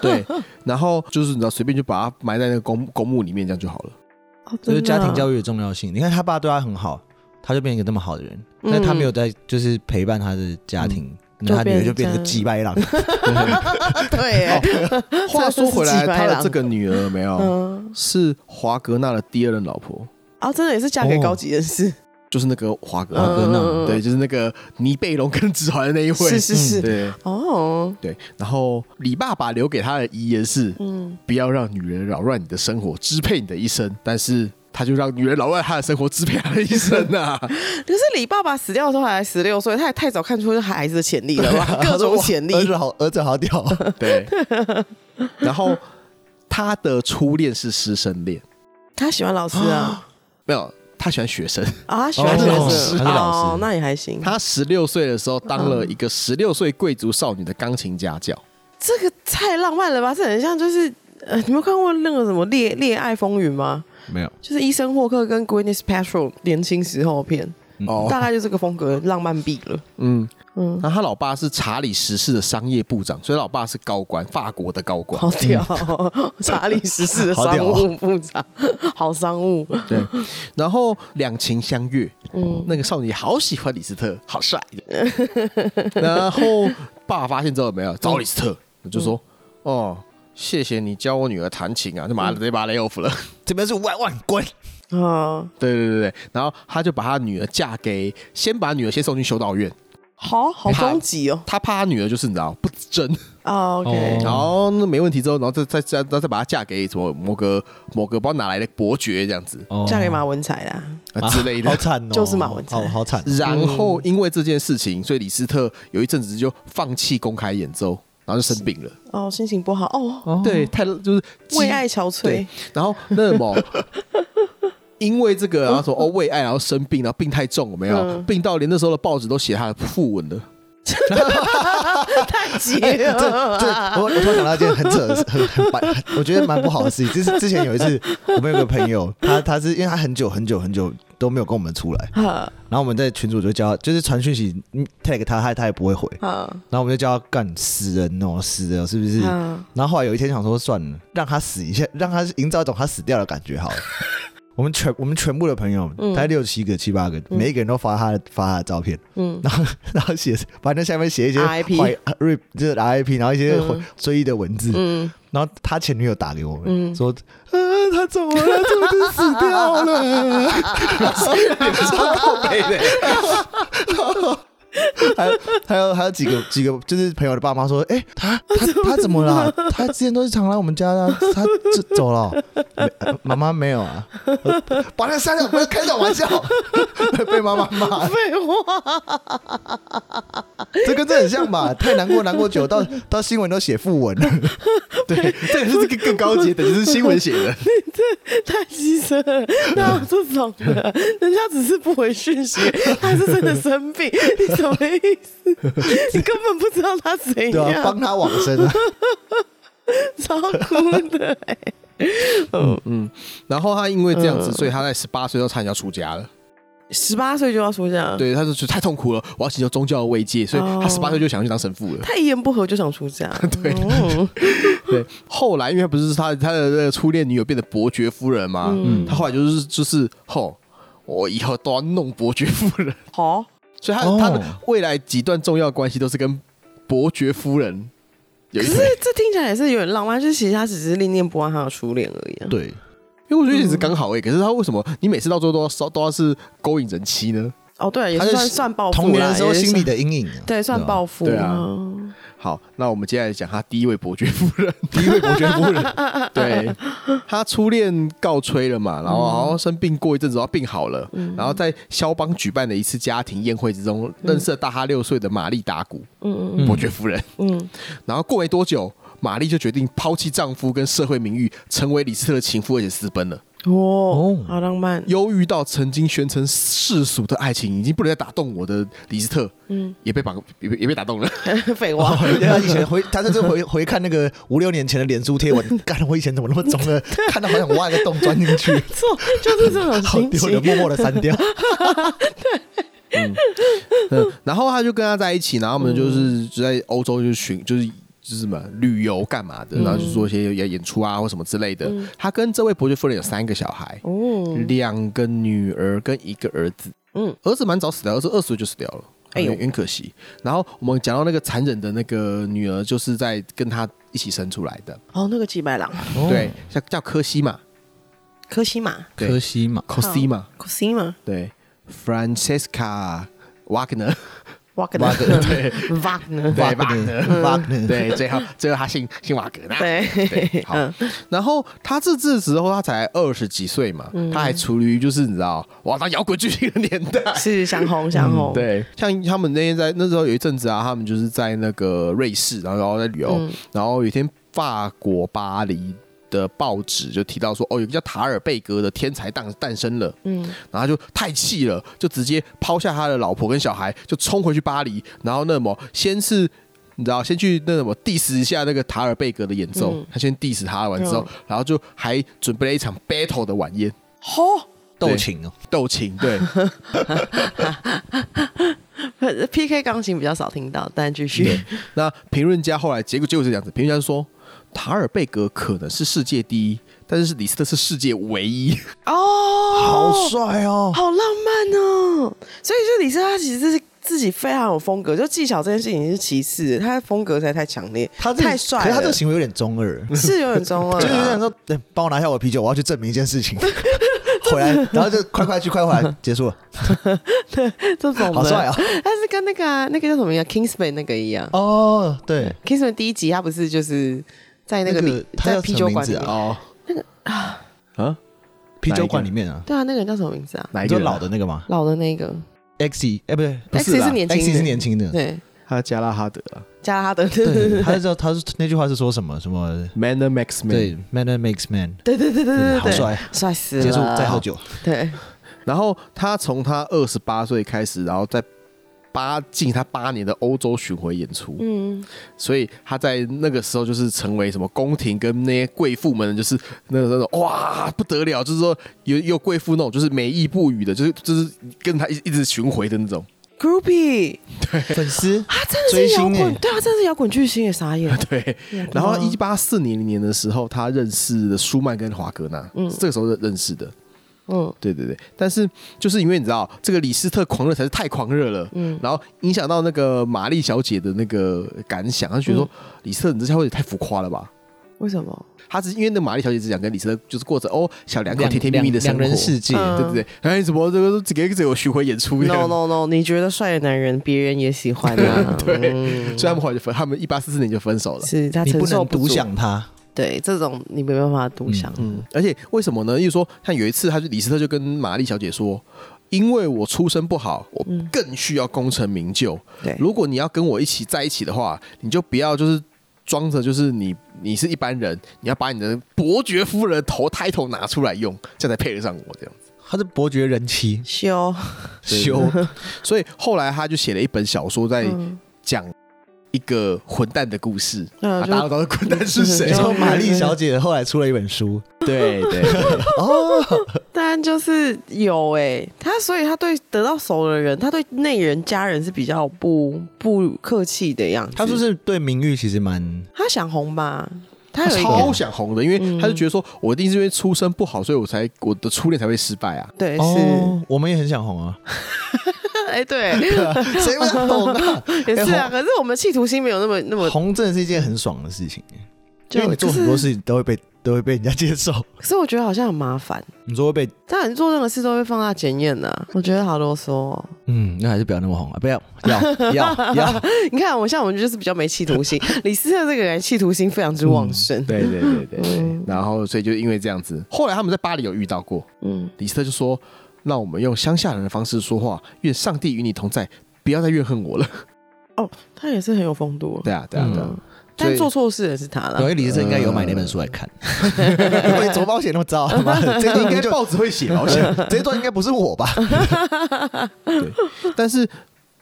[SPEAKER 2] 对，然后就是你知道，随便就把它埋在那个公公墓里面，这样就好 了。
[SPEAKER 3] 哦
[SPEAKER 1] 就是家庭，
[SPEAKER 3] 真的啊
[SPEAKER 1] 教育的重要性。你看他爸对他很好，他就变成一个那么好的人，
[SPEAKER 3] 嗯
[SPEAKER 1] 但他没有在就是陪伴他的家庭，那他女儿就变成个鸡掰狼。
[SPEAKER 3] 对欸，
[SPEAKER 2] 话说回来，他
[SPEAKER 3] 真的是鸡掰
[SPEAKER 2] 的
[SPEAKER 3] 狼
[SPEAKER 2] 这个女儿有没有
[SPEAKER 3] 嗯，
[SPEAKER 2] 是华格纳的第二任老婆，
[SPEAKER 3] 啊，真的也是嫁给
[SPEAKER 1] 哦啊
[SPEAKER 3] 高级人士，
[SPEAKER 2] 就是那个华格纳，
[SPEAKER 1] 格纳
[SPEAKER 3] 嗯
[SPEAKER 2] 对，，就是那个尼贝龙跟指环的那一
[SPEAKER 3] 是
[SPEAKER 2] 位。
[SPEAKER 3] 是
[SPEAKER 1] 嗯
[SPEAKER 3] 是，
[SPEAKER 2] 对
[SPEAKER 3] 哦，
[SPEAKER 2] 对，然后李爸爸留给他的遗言是：
[SPEAKER 3] 嗯，
[SPEAKER 2] 不要让女人扰乱你的生活，支配你的一生。但是他就让女人扰乱他的生活，支配他的一生呐、啊。
[SPEAKER 3] 可是李爸爸死掉的时候还十六岁，他也太早看出这孩子的潜力了 吧？各种潜力
[SPEAKER 1] 儿子好，儿子好 屌。
[SPEAKER 2] 对，然后他的初恋是师生恋，
[SPEAKER 3] 他喜欢老师啊，
[SPEAKER 2] 没有，他喜欢学生。
[SPEAKER 3] 啊，他喜欢
[SPEAKER 1] 哦
[SPEAKER 3] 老
[SPEAKER 1] 他
[SPEAKER 3] 师，
[SPEAKER 1] 是老师
[SPEAKER 3] 哦，那也还行。
[SPEAKER 2] 他十六岁的时候当了一个十六岁贵族少女的钢琴家教，
[SPEAKER 3] 这个太浪漫了吧？这很像就是呃，你们看过那个什么《恋恋爱风云》吗？
[SPEAKER 1] 没有，
[SPEAKER 3] 就是伊森霍克跟 Gwyneth Paltrow 年轻时候的片，
[SPEAKER 2] 哦
[SPEAKER 3] 大概就这个风格，浪漫毙了。
[SPEAKER 2] 嗯，
[SPEAKER 3] 嗯，
[SPEAKER 2] 那他老爸是查理十世的商业部长，所以老爸是高官，法国的高官
[SPEAKER 3] 好。屌哦、 查理十世的
[SPEAKER 1] 好
[SPEAKER 3] 商
[SPEAKER 1] 屌哦
[SPEAKER 3] 务部长，好商务。
[SPEAKER 2] 对，然后两情相悦，
[SPEAKER 3] 嗯，
[SPEAKER 2] 那个少女好喜欢李斯特，好帅。然后爸发现之后有没有找李斯特，我就说哦。谢谢你教我女儿弹琴啊，就马上直接把她 lay off 了。
[SPEAKER 1] 这边是五万万滚，
[SPEAKER 3] 啊，
[SPEAKER 2] 对对对对，然后他就把他女儿嫁给，先把女儿先送去修道院，
[SPEAKER 3] 好好
[SPEAKER 2] 他
[SPEAKER 3] 终极哦。
[SPEAKER 2] 他怕他女儿就是你知道不真，
[SPEAKER 3] 啊，OK，
[SPEAKER 1] 哦
[SPEAKER 2] 然后那没问题之后，然后再再再再把她嫁给什么某个某个不知道哪来的伯爵这样子
[SPEAKER 3] 嫁给马文才啦。
[SPEAKER 2] 哦啊之类的
[SPEAKER 1] 好。惨哦，
[SPEAKER 3] 就是马文才
[SPEAKER 1] 好好惨。
[SPEAKER 2] 然
[SPEAKER 3] 嗯
[SPEAKER 2] 后因为这件事情，所以李斯特有一阵子就放弃公开演奏，然后就生病了。
[SPEAKER 3] 哦，心情不好哦，
[SPEAKER 2] 对，太就是基
[SPEAKER 3] 为爱憔
[SPEAKER 2] 对
[SPEAKER 3] 悴。，
[SPEAKER 2] 然后那么。 因为这个，然 后说哦为爱，然后生病，然后病太重，有没有、
[SPEAKER 3] 嗯
[SPEAKER 2] 病到连那时候的报纸都写他的副文 了。
[SPEAKER 3] 太急
[SPEAKER 1] 哎 这这，我我
[SPEAKER 3] 了。
[SPEAKER 1] 突然想到一件很扯的事、很很白，我觉得蛮不好的事情。就是之前有一次，我们有个朋友，他他是因为他很久很久很久都没有跟我们出来，
[SPEAKER 3] 啊
[SPEAKER 1] 然后我们在群主就叫，就是传讯息嗯 tag 他，他他也不会回，
[SPEAKER 3] 啊
[SPEAKER 1] 然后我们就叫他干死人哦，死了是不是？
[SPEAKER 3] 啊！
[SPEAKER 1] 然后后来有一天想说算了，让他死一下，让他营造一种他死掉的感觉好了。我们全我们全部的朋友，
[SPEAKER 3] 嗯
[SPEAKER 1] 大概六七个、七八个，每一个人都发他的发他的照片，
[SPEAKER 3] 嗯，
[SPEAKER 1] 然后然后写，反正下面写一些
[SPEAKER 3] RIP
[SPEAKER 1] 怀 RIP 就是 RIP，然后一些
[SPEAKER 3] 嗯
[SPEAKER 1] 回追忆的文字，
[SPEAKER 3] 嗯
[SPEAKER 1] 然后他前女友打给我们、
[SPEAKER 3] 嗯
[SPEAKER 1] 说，啊，他怎么了？怎么就死掉 了？还有还有还有几个几个就是朋友的爸妈说，哎、他他他怎么了？他之前都是常来我们家的啊、他这走了哦、没呃妈妈没有啊？呃把他删掉，不要开这种玩笑，被妈妈骂。
[SPEAKER 3] 废话，
[SPEAKER 1] 这跟这很像吧？太难过，难过久到到新闻都写副文了。
[SPEAKER 2] 对，这个是更更高级的，等于是新闻写 的。
[SPEAKER 3] 太机车 了，哪有这种的？人家只是不回 讯息，他是真的生病，你什么意思？ 你根本不知道他怎
[SPEAKER 1] 对啊，
[SPEAKER 3] 样，
[SPEAKER 1] 帮他往生啊。
[SPEAKER 3] 超酷 的欸。
[SPEAKER 2] 然后他因为这
[SPEAKER 3] 嗯
[SPEAKER 2] 样子，所以他在十八岁就差点要出家了。
[SPEAKER 3] 十八岁就要出家，
[SPEAKER 2] 对，他就觉得太痛苦了，我要寻求宗教的慰藉，所以他
[SPEAKER 3] 哦
[SPEAKER 2] 十八岁就想去当神父了。
[SPEAKER 3] 他一言不合就想出 哦家，对，
[SPEAKER 2] 对，后来因为他不是他他的那个初恋女友变得伯爵夫人嘛，
[SPEAKER 3] 嗯
[SPEAKER 2] 他后来就是就是吼，我以后都要弄伯爵夫人，
[SPEAKER 3] 好，
[SPEAKER 2] 所以他、
[SPEAKER 1] 哦
[SPEAKER 2] 他的未来几段重要关系都是跟伯爵夫人有
[SPEAKER 3] 可
[SPEAKER 2] 一
[SPEAKER 3] 是
[SPEAKER 2] 腿。
[SPEAKER 3] 这听起来也是有点浪漫，就是其实他只是念念不忘他的初恋而已啊。
[SPEAKER 1] 对，
[SPEAKER 2] 欸因为我觉得也是刚好哎、可是他为什么你每次到最后都要烧都要是勾引人妻呢？
[SPEAKER 3] 哦，对，也
[SPEAKER 1] 他
[SPEAKER 3] 是
[SPEAKER 1] 是
[SPEAKER 3] 算算报复啦
[SPEAKER 1] 童年的时候
[SPEAKER 3] 也是
[SPEAKER 1] 心理的阴影、啊，
[SPEAKER 3] 对算
[SPEAKER 1] 吧
[SPEAKER 3] 报复
[SPEAKER 2] 对啊
[SPEAKER 3] 嗯
[SPEAKER 2] 好，那我们接下来讲他第一位伯爵夫 人，第一位伯爵夫人，对他初恋告吹了嘛，然后好像生病过一阵子，然后病好了，
[SPEAKER 3] 嗯
[SPEAKER 2] 然后在肖邦举办的一次家庭宴会之中，认识了大他六岁的玛丽达古
[SPEAKER 3] 嗯
[SPEAKER 2] 伯爵夫人，
[SPEAKER 3] 嗯
[SPEAKER 2] 然后过没多久。玛丽就决定抛弃丈夫跟社会名誉，成为李斯特的情夫，而且私奔了。
[SPEAKER 3] 嗯，哦，好浪漫，
[SPEAKER 2] 忧郁到曾经宣称世俗的爱情已经不能再打动我的李斯特，嗯，也被绑，也被也被打动了。
[SPEAKER 3] 废话，
[SPEAKER 1] 他哦啊以前回，他就是回回看那个五六年前的脸书贴文，干我以前怎么那么中呢？看到好想挖一个洞钻进 去，
[SPEAKER 3] 错就是这种
[SPEAKER 1] 好
[SPEAKER 3] 心
[SPEAKER 1] 丢人，
[SPEAKER 3] 情，
[SPEAKER 1] 默默的删掉。
[SPEAKER 2] 嗯，然后他就跟他在一起，然后他们就是就在欧洲就巡，就是就是什么旅游干嘛的，然后就做一些演演出啊或什么之类的。他跟这位伯爵夫人有三个小孩，
[SPEAKER 3] 哦，
[SPEAKER 2] 两个女儿跟一个儿子。
[SPEAKER 3] 嗯
[SPEAKER 2] 嗯，儿子蛮早死掉，儿子二十岁就死掉了，哎
[SPEAKER 3] 哎呦
[SPEAKER 2] 有点可惜。然后我们讲到那个残忍的那个女儿，就是在跟他一起生出来的，
[SPEAKER 3] 哦，那个几百郎，
[SPEAKER 1] 哦
[SPEAKER 2] 对，叫叫科西嘛，
[SPEAKER 3] 科西玛，
[SPEAKER 2] 对
[SPEAKER 1] 科西嘛，
[SPEAKER 2] 科西嘛，
[SPEAKER 3] 科西玛
[SPEAKER 2] 对，Francesca Wagner，
[SPEAKER 3] ，Wagner，
[SPEAKER 2] 对
[SPEAKER 1] Wagner，
[SPEAKER 2] 对
[SPEAKER 3] Wagner，
[SPEAKER 2] Wagner 嗯
[SPEAKER 1] Wagner
[SPEAKER 2] 对，最后最后他姓姓瓦格纳。
[SPEAKER 3] 对
[SPEAKER 2] 对，嗯好，然后他这这时候他才二十几岁嘛，他还处于就是你知道，哇，他摇滚巨星的年代。
[SPEAKER 3] 是想红想
[SPEAKER 1] 嗯
[SPEAKER 3] 红，
[SPEAKER 2] 对，哦像他们那天在那时候有一阵子啊，他们就是在那个瑞士，然后然后在旅游，
[SPEAKER 3] 嗯
[SPEAKER 2] 然后有一天法国巴黎的报纸就提到说，哦，有个叫塔尔贝格的天才诞诞生了，
[SPEAKER 3] 嗯，
[SPEAKER 2] 然后他就太气了，就直接抛下他的老婆跟小孩，就冲回去巴黎，然后那么先是。你知道，先去那什么 diss 一下那个塔尔贝格的演奏，
[SPEAKER 3] 嗯
[SPEAKER 2] 他先 diss 他完之后，
[SPEAKER 3] 嗯
[SPEAKER 2] 然后就还准备了一场 battle 的晚宴，
[SPEAKER 3] 吼。
[SPEAKER 1] 斗琴哦，
[SPEAKER 2] 斗琴，对，
[SPEAKER 3] P K 钢琴比较少听到，但继续。
[SPEAKER 2] 那评论家后来结果结果是这样子，评论家说塔尔贝格可能是世界第一，但是李斯特是世界唯一。
[SPEAKER 3] 哦，
[SPEAKER 1] 好帅哦，
[SPEAKER 3] 好浪漫哦！所以就李斯特他其实是自己非常有风格，就技巧这件事情是其次，他的风格实在太强烈，
[SPEAKER 1] 他这个
[SPEAKER 3] 太帅
[SPEAKER 1] 可
[SPEAKER 3] 了，
[SPEAKER 1] 是他这个行为有点中二，
[SPEAKER 3] 是有点中 二
[SPEAKER 1] 就是有点
[SPEAKER 3] 啊。
[SPEAKER 1] 说，哎帮我拿下我的啤酒，我要去证明一件事 情。回来，然后就快快去，快回来，结束了，
[SPEAKER 3] 这种的
[SPEAKER 1] 好帅哦！
[SPEAKER 3] 但是跟那个啊、那个叫什么呀，Kingsman 那个一样。
[SPEAKER 1] 哦，对，
[SPEAKER 3] Kingsman 第一集他不是就是在那个里、
[SPEAKER 1] 那个他
[SPEAKER 3] 在
[SPEAKER 1] 叫
[SPEAKER 3] 啤
[SPEAKER 1] 什
[SPEAKER 3] 酒
[SPEAKER 1] 么
[SPEAKER 3] 馆
[SPEAKER 1] 名
[SPEAKER 3] 里
[SPEAKER 1] 字
[SPEAKER 3] 面
[SPEAKER 1] 啊
[SPEAKER 2] 哦，那个啊
[SPEAKER 1] 啤酒馆里面啊，
[SPEAKER 3] 对啊，那个人叫什么名字啊？
[SPEAKER 2] 哪
[SPEAKER 1] 你
[SPEAKER 2] 一
[SPEAKER 1] 说
[SPEAKER 2] 个
[SPEAKER 1] 老
[SPEAKER 2] 的？
[SPEAKER 1] 的那个吗
[SPEAKER 3] 老的那个，
[SPEAKER 1] ？X，哎，不对，不
[SPEAKER 3] X E
[SPEAKER 1] 啦
[SPEAKER 3] 是年轻
[SPEAKER 1] ，X E
[SPEAKER 3] 的
[SPEAKER 1] 是年轻的，
[SPEAKER 3] 对，
[SPEAKER 2] 他加拉哈德啊
[SPEAKER 3] 加拉德，
[SPEAKER 1] 嗯对，他是叫他是那句话是说什么什么？
[SPEAKER 2] ，Manner Max Man。
[SPEAKER 1] 对，manner makes man，
[SPEAKER 3] 对对对对对
[SPEAKER 1] 好
[SPEAKER 3] 对，
[SPEAKER 1] 帅，
[SPEAKER 3] 帅死了！
[SPEAKER 1] 结束再喝酒，
[SPEAKER 3] 对，
[SPEAKER 2] 然后他从他二十八岁开始，然后在八进他八年的欧洲巡回演出，
[SPEAKER 3] 嗯，
[SPEAKER 2] 所以他在那个时候就是成为什么宫廷跟那些贵妇们，就是那个那种哇不得了，就是说有有贵妇那种就是美意不语的，就是就是跟他一一直巡回的那种。
[SPEAKER 3] Groupie，
[SPEAKER 1] 粉丝
[SPEAKER 3] 他真的是摇
[SPEAKER 1] 追星
[SPEAKER 3] 滚，
[SPEAKER 1] 欸
[SPEAKER 3] 对啊，真的是摇滚巨星也啊 傻眼。
[SPEAKER 2] 对，然后一八四零年的时候，他认识了舒曼跟华格纳，是这个时候认认识的。
[SPEAKER 3] 嗯，
[SPEAKER 2] 对对对，但是就是因为你知道，这个李斯特狂热才是太狂热了，嗯，然后影响到那个玛丽小姐的那个感想，她觉得说、
[SPEAKER 1] 嗯
[SPEAKER 2] 李斯特你这小伙子也太浮夸了吧。
[SPEAKER 3] 为什么？
[SPEAKER 2] 她只因为那玛丽小姐只想跟李斯特就是过着哦小两口
[SPEAKER 1] 两
[SPEAKER 2] 甜甜蜜蜜的生
[SPEAKER 1] 两
[SPEAKER 2] 活，
[SPEAKER 1] 人世界，
[SPEAKER 3] 嗯
[SPEAKER 2] 对对对。哎，怎么这个只给只有巡回演出
[SPEAKER 3] No no no！你觉得帅的男人，别人也喜 欢啊。
[SPEAKER 2] 对
[SPEAKER 3] 嗯
[SPEAKER 2] 所以他们后来就分，他们一八四四年就分手了。
[SPEAKER 3] 是他
[SPEAKER 1] 你
[SPEAKER 3] 承
[SPEAKER 1] 不
[SPEAKER 3] 受
[SPEAKER 1] 能独
[SPEAKER 3] 住。
[SPEAKER 1] 享他，
[SPEAKER 3] 对，这种你没办法独享。
[SPEAKER 2] 嗯，而且为什么呢？就是说，像有一次，他就李斯特就跟玛丽小姐说：“因为我出身不好，我
[SPEAKER 1] 嗯
[SPEAKER 2] 更需要功成名就。
[SPEAKER 3] 对，
[SPEAKER 2] 如果你要跟我一起在一起的话，你就不要就是装着就是你你是一般人，你要把你的伯爵夫人的头 title 拿出来用，这样才配得上我这 样。”
[SPEAKER 1] 他是伯爵人妻，
[SPEAKER 3] 修
[SPEAKER 1] 修，
[SPEAKER 2] 所以后来他就写了一本小说，在讲一个混蛋的故 事。
[SPEAKER 3] 嗯
[SPEAKER 1] 哎
[SPEAKER 2] 啊，
[SPEAKER 3] 就
[SPEAKER 2] 大家都知道混蛋是谁
[SPEAKER 1] 然？后
[SPEAKER 3] 就
[SPEAKER 1] 玛丽小姐后来出了一本书，哦
[SPEAKER 2] 对对对
[SPEAKER 3] 但就是有哎、他所以他对得到手的人，他对内人家人是比较不不客气的样子。
[SPEAKER 1] 他是不是对名誉其实蛮
[SPEAKER 3] 他想红吧？ 他有一
[SPEAKER 2] 超
[SPEAKER 3] 个嗯
[SPEAKER 2] 想红的，因为他就觉得说，我一定是因为出身不好，所以我才我的初恋才会失败啊。
[SPEAKER 3] 对哎是
[SPEAKER 1] 哦，我们也很想红啊，
[SPEAKER 3] 哎、对
[SPEAKER 1] 谁会红 啊？
[SPEAKER 3] 也是啊。
[SPEAKER 1] 哎
[SPEAKER 3] 可是我们企图心没有那么那么
[SPEAKER 1] 红真的是一件很爽的事情，因
[SPEAKER 3] 就
[SPEAKER 1] 为你做
[SPEAKER 3] 就是
[SPEAKER 1] 很多事情都会被
[SPEAKER 4] 都会被人家接受。
[SPEAKER 3] 可是我觉得好像很麻烦，
[SPEAKER 1] 你说会被
[SPEAKER 3] 但你做任何事都会放大检验呐，我觉得好啰嗦、哦。
[SPEAKER 1] 嗯，那还是不要那么红啊！不要要要要，
[SPEAKER 3] 你看，我像我们就是比较没企图 心，李斯特这个人企图心非常之旺
[SPEAKER 1] 嗯
[SPEAKER 3] 盛。
[SPEAKER 2] 对对对对对。 然后，所以就因为这样子，后来他们在巴黎有遇到过，
[SPEAKER 3] 嗯，
[SPEAKER 2] 李斯特就说：“让我们用乡下人的方式说话，愿上帝与你同在，不要再怨恨我了。
[SPEAKER 3] 他也是很有风度”，
[SPEAKER 2] 对啊，对啊，对
[SPEAKER 1] 嗯
[SPEAKER 2] 啊。所
[SPEAKER 3] 但
[SPEAKER 2] 以
[SPEAKER 3] 做错事的是他
[SPEAKER 1] 我觉
[SPEAKER 3] 了。
[SPEAKER 1] 得李志正应该有买那本书来 看。
[SPEAKER 4] 因为左保险那么糟，
[SPEAKER 1] 啊
[SPEAKER 4] 妈的，这个应该报纸会写保险， 这一段应该不是我吧？
[SPEAKER 2] 但是